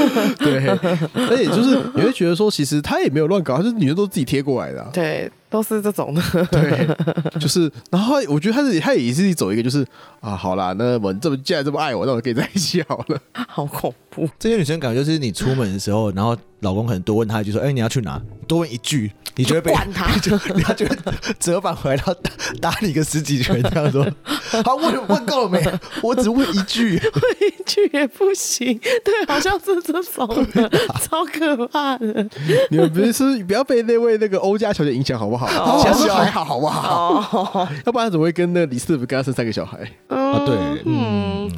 [SPEAKER 2] 对，而且就是你会觉得说，其实他也没有乱搞，他就是女生都是自己贴过来的啊、
[SPEAKER 3] 对，都是这种的。
[SPEAKER 2] 对，就是，然后我觉得他是他也是走一个就是啊，好啦，那么你这么既然这么爱我，那我跟你在一起好了。
[SPEAKER 3] 好恐怖，
[SPEAKER 1] 这些女生感觉就是你出门的时候，然后老公可能多问她一句说：“哎、你要去哪？”多问一句，你就会被
[SPEAKER 3] 管 他
[SPEAKER 1] 你就他就会折返回来，然后打打你个十几拳，这样说。 他问问够了没？我只问一句，
[SPEAKER 3] 回去也不行。对，好像是这种 的，超可怕的。
[SPEAKER 2] 你们不是不要被那位那个欧家小姐影响好不好？
[SPEAKER 3] 哦
[SPEAKER 2] 其实都还好好不好？
[SPEAKER 3] 哦，
[SPEAKER 1] 嗯
[SPEAKER 2] 要不然怎么会跟那个李斯特跟他生三个小孩？
[SPEAKER 1] 啊对
[SPEAKER 3] 嗯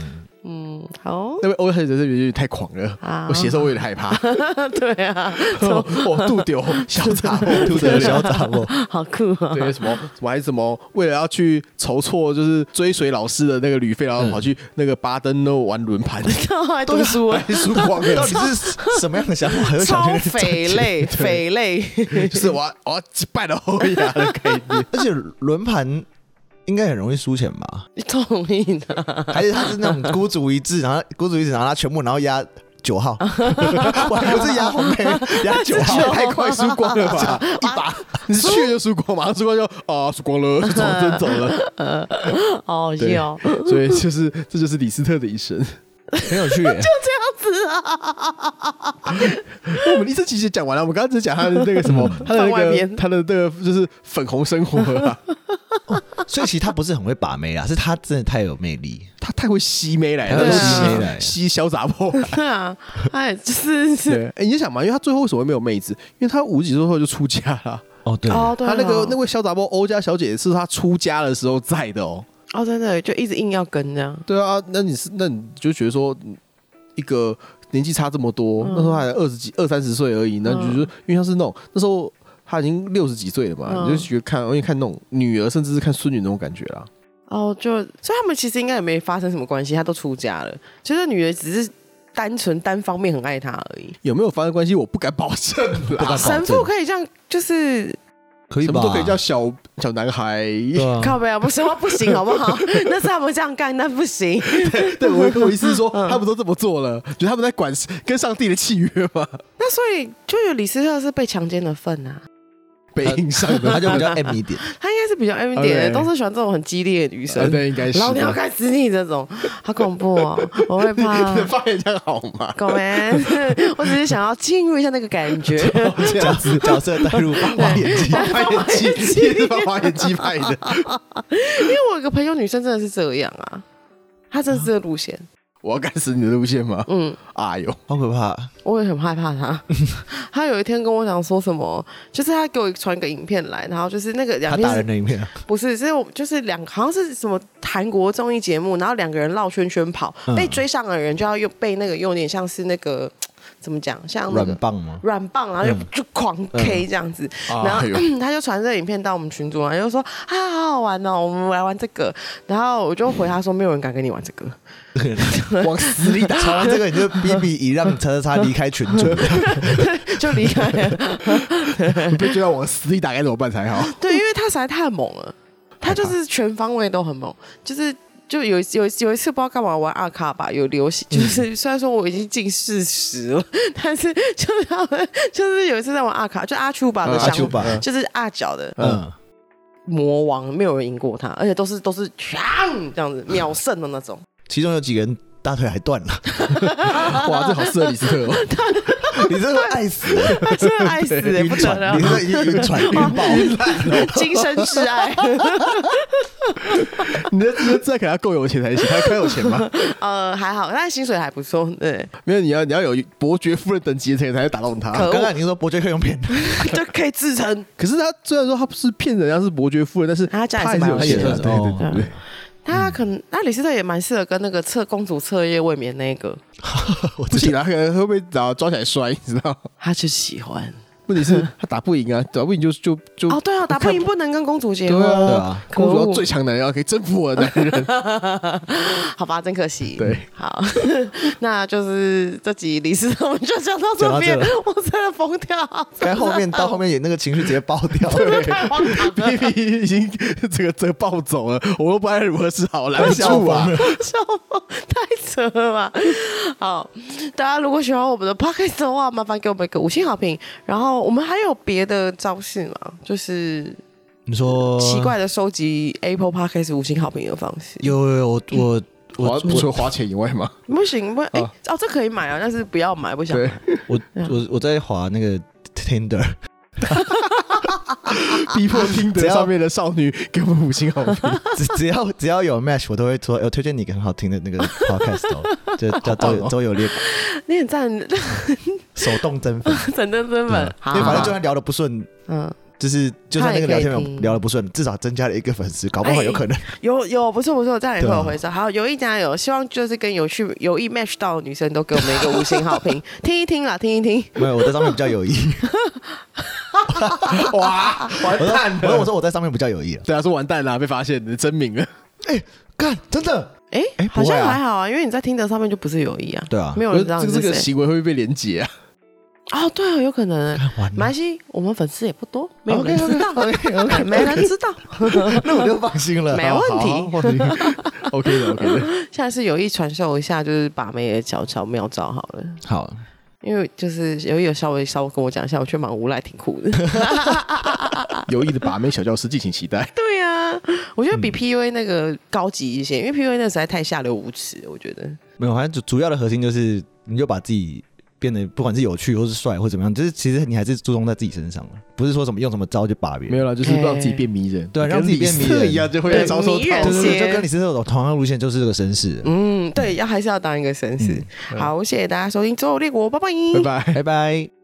[SPEAKER 3] 嗯好，
[SPEAKER 2] 那位欧黑者这边有点太狂了
[SPEAKER 3] 好，
[SPEAKER 2] 我写的时候我有点害怕，
[SPEAKER 3] 对啊，
[SPEAKER 2] 我我肚丢小杂货，
[SPEAKER 1] 兔子的小杂货，
[SPEAKER 3] 好酷啊！
[SPEAKER 2] 对什么什么还什么，为了要去筹措就是追随老师的那个旅费，然后跑去那个巴登那玩轮盘，
[SPEAKER 3] 然后还读书 哎，
[SPEAKER 2] 输光
[SPEAKER 1] 到
[SPEAKER 2] 了
[SPEAKER 1] 底，是什么样的想法？还有想
[SPEAKER 3] 超
[SPEAKER 1] 去赚
[SPEAKER 3] 肥
[SPEAKER 1] 钱
[SPEAKER 3] 类，肥类，
[SPEAKER 2] 就是我要我要击败了欧亚的概念。
[SPEAKER 1] 而且轮盘应该很容易输钱吧？
[SPEAKER 3] 同意的，
[SPEAKER 1] 还是他是那种孤注一掷，然后孤注一掷，然后他全部，然后压九号， 我还不是压红黑，压九号
[SPEAKER 2] 这也，太快输光了吧！
[SPEAKER 1] 一把
[SPEAKER 2] 你是去了就输光，马上输光就啊输光了，走真走了。
[SPEAKER 3] 好好笑，
[SPEAKER 2] 所以就是这就是李斯特的一生。
[SPEAKER 1] 很有趣耶。
[SPEAKER 2] 我们一次其实讲完了，我们刚刚只讲他的那个什么，他的
[SPEAKER 3] 番外
[SPEAKER 2] 那个
[SPEAKER 3] 篇
[SPEAKER 2] 他的那个就是粉红生活啊，
[SPEAKER 1] 所以其实他不是很会把妹啦，啊是他真的太有魅力。
[SPEAKER 2] 他太会吸妹来
[SPEAKER 1] 他
[SPEAKER 2] 了，
[SPEAKER 1] 会
[SPEAKER 3] 吸
[SPEAKER 1] 妹来
[SPEAKER 2] 吸小杂货。
[SPEAKER 3] 对 啊，哎，就是
[SPEAKER 2] 对，哎，你想嘛，因为他最后为什么会没有妹子？因为他五十几岁后就出家了。
[SPEAKER 1] 哦，对
[SPEAKER 3] 哦，对
[SPEAKER 2] 他
[SPEAKER 3] 啊，
[SPEAKER 2] 那个那位小杂货欧家小姐是他出家的时候在的哦。
[SPEAKER 3] 哦，真的就一直硬要跟这样，
[SPEAKER 2] 对啊，那你是那你就觉得说，嗯一个年纪差这么多，
[SPEAKER 3] 嗯
[SPEAKER 2] 那时候还二十几、二三十岁而已，那你就觉得、因为他是那种那时候他已经六十几岁了嘛，
[SPEAKER 3] 嗯
[SPEAKER 2] 你就觉得看，因为看那种女儿，甚至是看孙女那种感觉啦。
[SPEAKER 3] 哦，就所以他们其实应该也没发生什么关系，他都出家了，其实女的只是单纯单方面很爱他而已。
[SPEAKER 2] 有没有发生关系，我不敢保证啦。
[SPEAKER 1] 保证
[SPEAKER 3] 神父可以这样，就是
[SPEAKER 1] 可以
[SPEAKER 2] 什么
[SPEAKER 1] 吧？
[SPEAKER 2] 都可以叫小小男孩。
[SPEAKER 1] 对啊
[SPEAKER 3] 靠背啊，不是话不行，好不好？那是他们这样干，那不行。
[SPEAKER 2] 对，我我意思是说，
[SPEAKER 3] 嗯
[SPEAKER 2] 他们都这么做了，就他们在管跟上帝的契约 嘛，
[SPEAKER 3] 那所以就有李斯特是被强奸的份啊，
[SPEAKER 2] 被印上 的。
[SPEAKER 1] 他就 比较 M 一点，
[SPEAKER 3] 他应该是比较 M 一点的，
[SPEAKER 2] OK
[SPEAKER 3] 都是喜欢这种很激烈的女
[SPEAKER 2] 呃
[SPEAKER 3] 生。
[SPEAKER 2] 对，应该是。
[SPEAKER 3] 老娘 干死你这种，好恐怖哦，我会怕。
[SPEAKER 2] 发言这样好 吗？
[SPEAKER 3] 狗们， 我只是想要进入一下那个感 觉。
[SPEAKER 2] 这
[SPEAKER 1] 角色角色代入八卦演技，
[SPEAKER 2] 发言机，也是把发言机派的。
[SPEAKER 3] 因为我有个朋友，女生真的是这样啊，她真的是这个路线。
[SPEAKER 2] 我要干死你的路线吗？
[SPEAKER 3] 嗯，
[SPEAKER 2] 哎呦，
[SPEAKER 1] 好可怕！
[SPEAKER 3] 我也很害怕他。
[SPEAKER 1] 嗯
[SPEAKER 3] 他有一天跟我讲说什么，就是他给我传一个影片来，然后就是那个两
[SPEAKER 1] 他
[SPEAKER 3] 片
[SPEAKER 1] 打
[SPEAKER 3] 是
[SPEAKER 1] 人的一面，
[SPEAKER 3] 不是，是我就是两好像是什么韩国综艺节目，然后两个人绕圈圈跑，
[SPEAKER 1] 嗯
[SPEAKER 3] 被追上的人就要又被那个有点像是那个怎么讲，像那
[SPEAKER 1] 软
[SPEAKER 3] 个。
[SPEAKER 1] 棒吗？
[SPEAKER 3] 软棒，然后就、
[SPEAKER 1] 嗯
[SPEAKER 3] 就狂 K 这样子，然后、
[SPEAKER 2] 哎呦
[SPEAKER 3] 他就传这个影片到我们群组嘛，就说啊好好玩哦，我们来玩这个，然后我就回他说没有人敢跟你玩这个，
[SPEAKER 1] 往死里打！吵完这个你就逼逼以让叉叉叉离开群 组，
[SPEAKER 3] 就离开了。
[SPEAKER 2] 被追到往死里打该怎么办才好？
[SPEAKER 3] 对，因为他实在太猛了，他就是全方位都很猛，就是。就有一有一有一次不知道干嘛玩阿卡吧，有流行，
[SPEAKER 2] 嗯
[SPEAKER 3] 就是虽然说我已经近视十了， 但是就是他们就是有一次在玩阿卡，就阿丘吧的
[SPEAKER 2] 嗯
[SPEAKER 1] 阿
[SPEAKER 3] 想
[SPEAKER 1] 丘吧，
[SPEAKER 3] 就是阿角的
[SPEAKER 1] 嗯，
[SPEAKER 3] 魔王，没有人赢过他，而且都是都是砰这样子秒胜的那种。
[SPEAKER 1] 其中有几个人大腿还断 了，
[SPEAKER 2] 哇，这好适合李斯特 哦，
[SPEAKER 1] 你真的会爱死欸，
[SPEAKER 3] 他真的爱死欸不得了
[SPEAKER 1] 你，真的晕晕船晕 爆，
[SPEAKER 3] 今生挚爱。
[SPEAKER 2] 你的你的再给他够有钱才行，他他有钱 吗？
[SPEAKER 3] 呃，还好，但是薪水还不错，对，
[SPEAKER 2] 没有，你要你要有伯爵夫人等级的钱才会打动他。
[SPEAKER 3] 可恶
[SPEAKER 1] 刚刚你说伯爵克用骗，
[SPEAKER 3] 就可以自成。
[SPEAKER 2] 可是他虽然说他不是骗人，他是伯爵夫人，但是
[SPEAKER 3] 他啊家也是
[SPEAKER 2] 还
[SPEAKER 3] 蛮
[SPEAKER 2] 有
[SPEAKER 3] 有
[SPEAKER 2] 钱
[SPEAKER 3] 钱
[SPEAKER 2] 的，
[SPEAKER 1] 的
[SPEAKER 2] 对对对对
[SPEAKER 3] 嗯
[SPEAKER 2] 对。
[SPEAKER 3] 他可能那李斯特也蛮适合跟那个彻公主彻夜未眠那个，
[SPEAKER 2] 我不行啊，可能会被打抓起来摔，你知道吗？
[SPEAKER 3] 他就喜欢。
[SPEAKER 2] 问题是他打不赢啊，打不赢就就就
[SPEAKER 3] 哦，对啊，打不赢不能跟公主结
[SPEAKER 2] 对
[SPEAKER 3] 婚，
[SPEAKER 2] 啊
[SPEAKER 1] 对啊，
[SPEAKER 3] 可
[SPEAKER 2] 公主要
[SPEAKER 3] 恶，
[SPEAKER 2] 最强男人，要可以征服我的男人。
[SPEAKER 3] 好吧，真可惜。
[SPEAKER 2] 对，
[SPEAKER 3] 好， 那就是这集李斯特我们就讲到
[SPEAKER 1] 讲
[SPEAKER 3] 这
[SPEAKER 1] 到这
[SPEAKER 3] 边
[SPEAKER 1] 了，
[SPEAKER 3] 我真的疯掉，
[SPEAKER 1] 该后面到后面也那个情绪直接爆 掉，
[SPEAKER 3] 真的太荒唐了，
[SPEAKER 2] B B 已经这个这个暴走了，我都不知道如何是好，拦不住啊！
[SPEAKER 3] 笑疯，太扯了吧！好，大家如果喜欢我们的 podcast 的话，麻烦给我们一个五星好评。然后我们还有别的招式吗？就是
[SPEAKER 1] 你说
[SPEAKER 3] 奇怪的收集 Apple Podcast 五星好评的方式。
[SPEAKER 1] 有有有我我
[SPEAKER 2] 花
[SPEAKER 1] 我
[SPEAKER 2] 除了花钱以外嘛，
[SPEAKER 3] 不行，不，哎、
[SPEAKER 2] 啊
[SPEAKER 3] 哦，这可以买啊，但是不要买，不想
[SPEAKER 2] 对
[SPEAKER 3] 买。
[SPEAKER 1] 我
[SPEAKER 3] 嗯
[SPEAKER 1] 我我在滑那个 Tinder，
[SPEAKER 2] 逼迫听得上面的少女给我们五星好评。
[SPEAKER 1] 只只要只要有 match，我都会说，呃我推荐你一个很好听的那个 podcast 哦， 就叫周
[SPEAKER 2] 好棒哦
[SPEAKER 1] 有周有烈
[SPEAKER 3] 你很赞，
[SPEAKER 1] 手动增粉，
[SPEAKER 3] 整真真粉，好
[SPEAKER 1] 因为反正就
[SPEAKER 3] 好嗯好
[SPEAKER 1] 算聊得不顺，
[SPEAKER 3] 嗯，
[SPEAKER 1] 就是就算那个
[SPEAKER 3] 他
[SPEAKER 1] 聊
[SPEAKER 3] 也可以
[SPEAKER 1] 天
[SPEAKER 3] 听哎
[SPEAKER 1] 聊的不顺，至少增加了一个粉丝，搞不好有可能。
[SPEAKER 3] 有有不错不错，这样也会
[SPEAKER 1] 对啊
[SPEAKER 3] 有回收。好，有意加油，希望就是跟有趣有意 match 到的女生都给我们一个五星好评，听一听啦，听一听。
[SPEAKER 1] 没有，我在上面比较有意。
[SPEAKER 2] 哇，完
[SPEAKER 1] 我说，
[SPEAKER 2] 蛋
[SPEAKER 1] 我说，我
[SPEAKER 2] 了！
[SPEAKER 1] 说我在上面比较有意了。
[SPEAKER 2] 对啊，说完蛋了，被发现，你真名了。
[SPEAKER 1] 哎，干，真的，
[SPEAKER 3] 哎、
[SPEAKER 1] 哎
[SPEAKER 3] 好
[SPEAKER 1] 不会
[SPEAKER 3] 像
[SPEAKER 1] 啊
[SPEAKER 3] 还好啊，因为你在听的上面就不是有意啊，
[SPEAKER 1] 对啊
[SPEAKER 3] 没有
[SPEAKER 2] 我
[SPEAKER 3] 人
[SPEAKER 2] 说
[SPEAKER 3] 知道
[SPEAKER 2] 这
[SPEAKER 3] 你
[SPEAKER 2] 个这
[SPEAKER 3] 是
[SPEAKER 2] 个
[SPEAKER 3] 谁。
[SPEAKER 2] 行为会不会被连结啊？
[SPEAKER 3] 哦，对啊，有可 能。
[SPEAKER 1] 完
[SPEAKER 3] 马来
[SPEAKER 1] 了
[SPEAKER 3] 西，我们粉丝也不多，没有人知道，
[SPEAKER 1] OK，OK，OK，OK
[SPEAKER 3] 没人知道。
[SPEAKER 1] 那我就放心了。
[SPEAKER 3] 没问题
[SPEAKER 1] 好好好放心
[SPEAKER 2] OK 的，OK 的。
[SPEAKER 3] 下次有意传授一下，就是把妹的小招妙招好了。
[SPEAKER 1] 好，
[SPEAKER 3] 因为就是有意有稍微稍微跟我讲一下，我觉得蛮无赖，挺酷的。
[SPEAKER 2] 有意的把妹小教师，敬请期待。
[SPEAKER 3] 对呀、啊，我觉得比 PUA 那个高级一些，因为 PUA 那个实在太下流无耻，我觉得。
[SPEAKER 1] 没有，反正主主要的核心就是，你就把自己变得不管是有趣或是帅或怎么样，就是其实你还是注重在自己身上了，不是说什么用什么招去把别人。
[SPEAKER 2] 没有啦，就是让自己变迷人，
[SPEAKER 1] 对让自己变迷人
[SPEAKER 2] 跟李斯特一样就会
[SPEAKER 3] 对
[SPEAKER 2] 遭受
[SPEAKER 3] 迷人
[SPEAKER 2] 套
[SPEAKER 1] 对
[SPEAKER 2] 路。
[SPEAKER 1] 对对，
[SPEAKER 3] 些
[SPEAKER 1] 就跟你是这种同样路线，就是这个绅士。
[SPEAKER 3] 嗯，对，要还是要当一个绅士。好，谢谢大家收听《周游列国》，拜拜。
[SPEAKER 2] 拜拜。
[SPEAKER 1] 拜拜。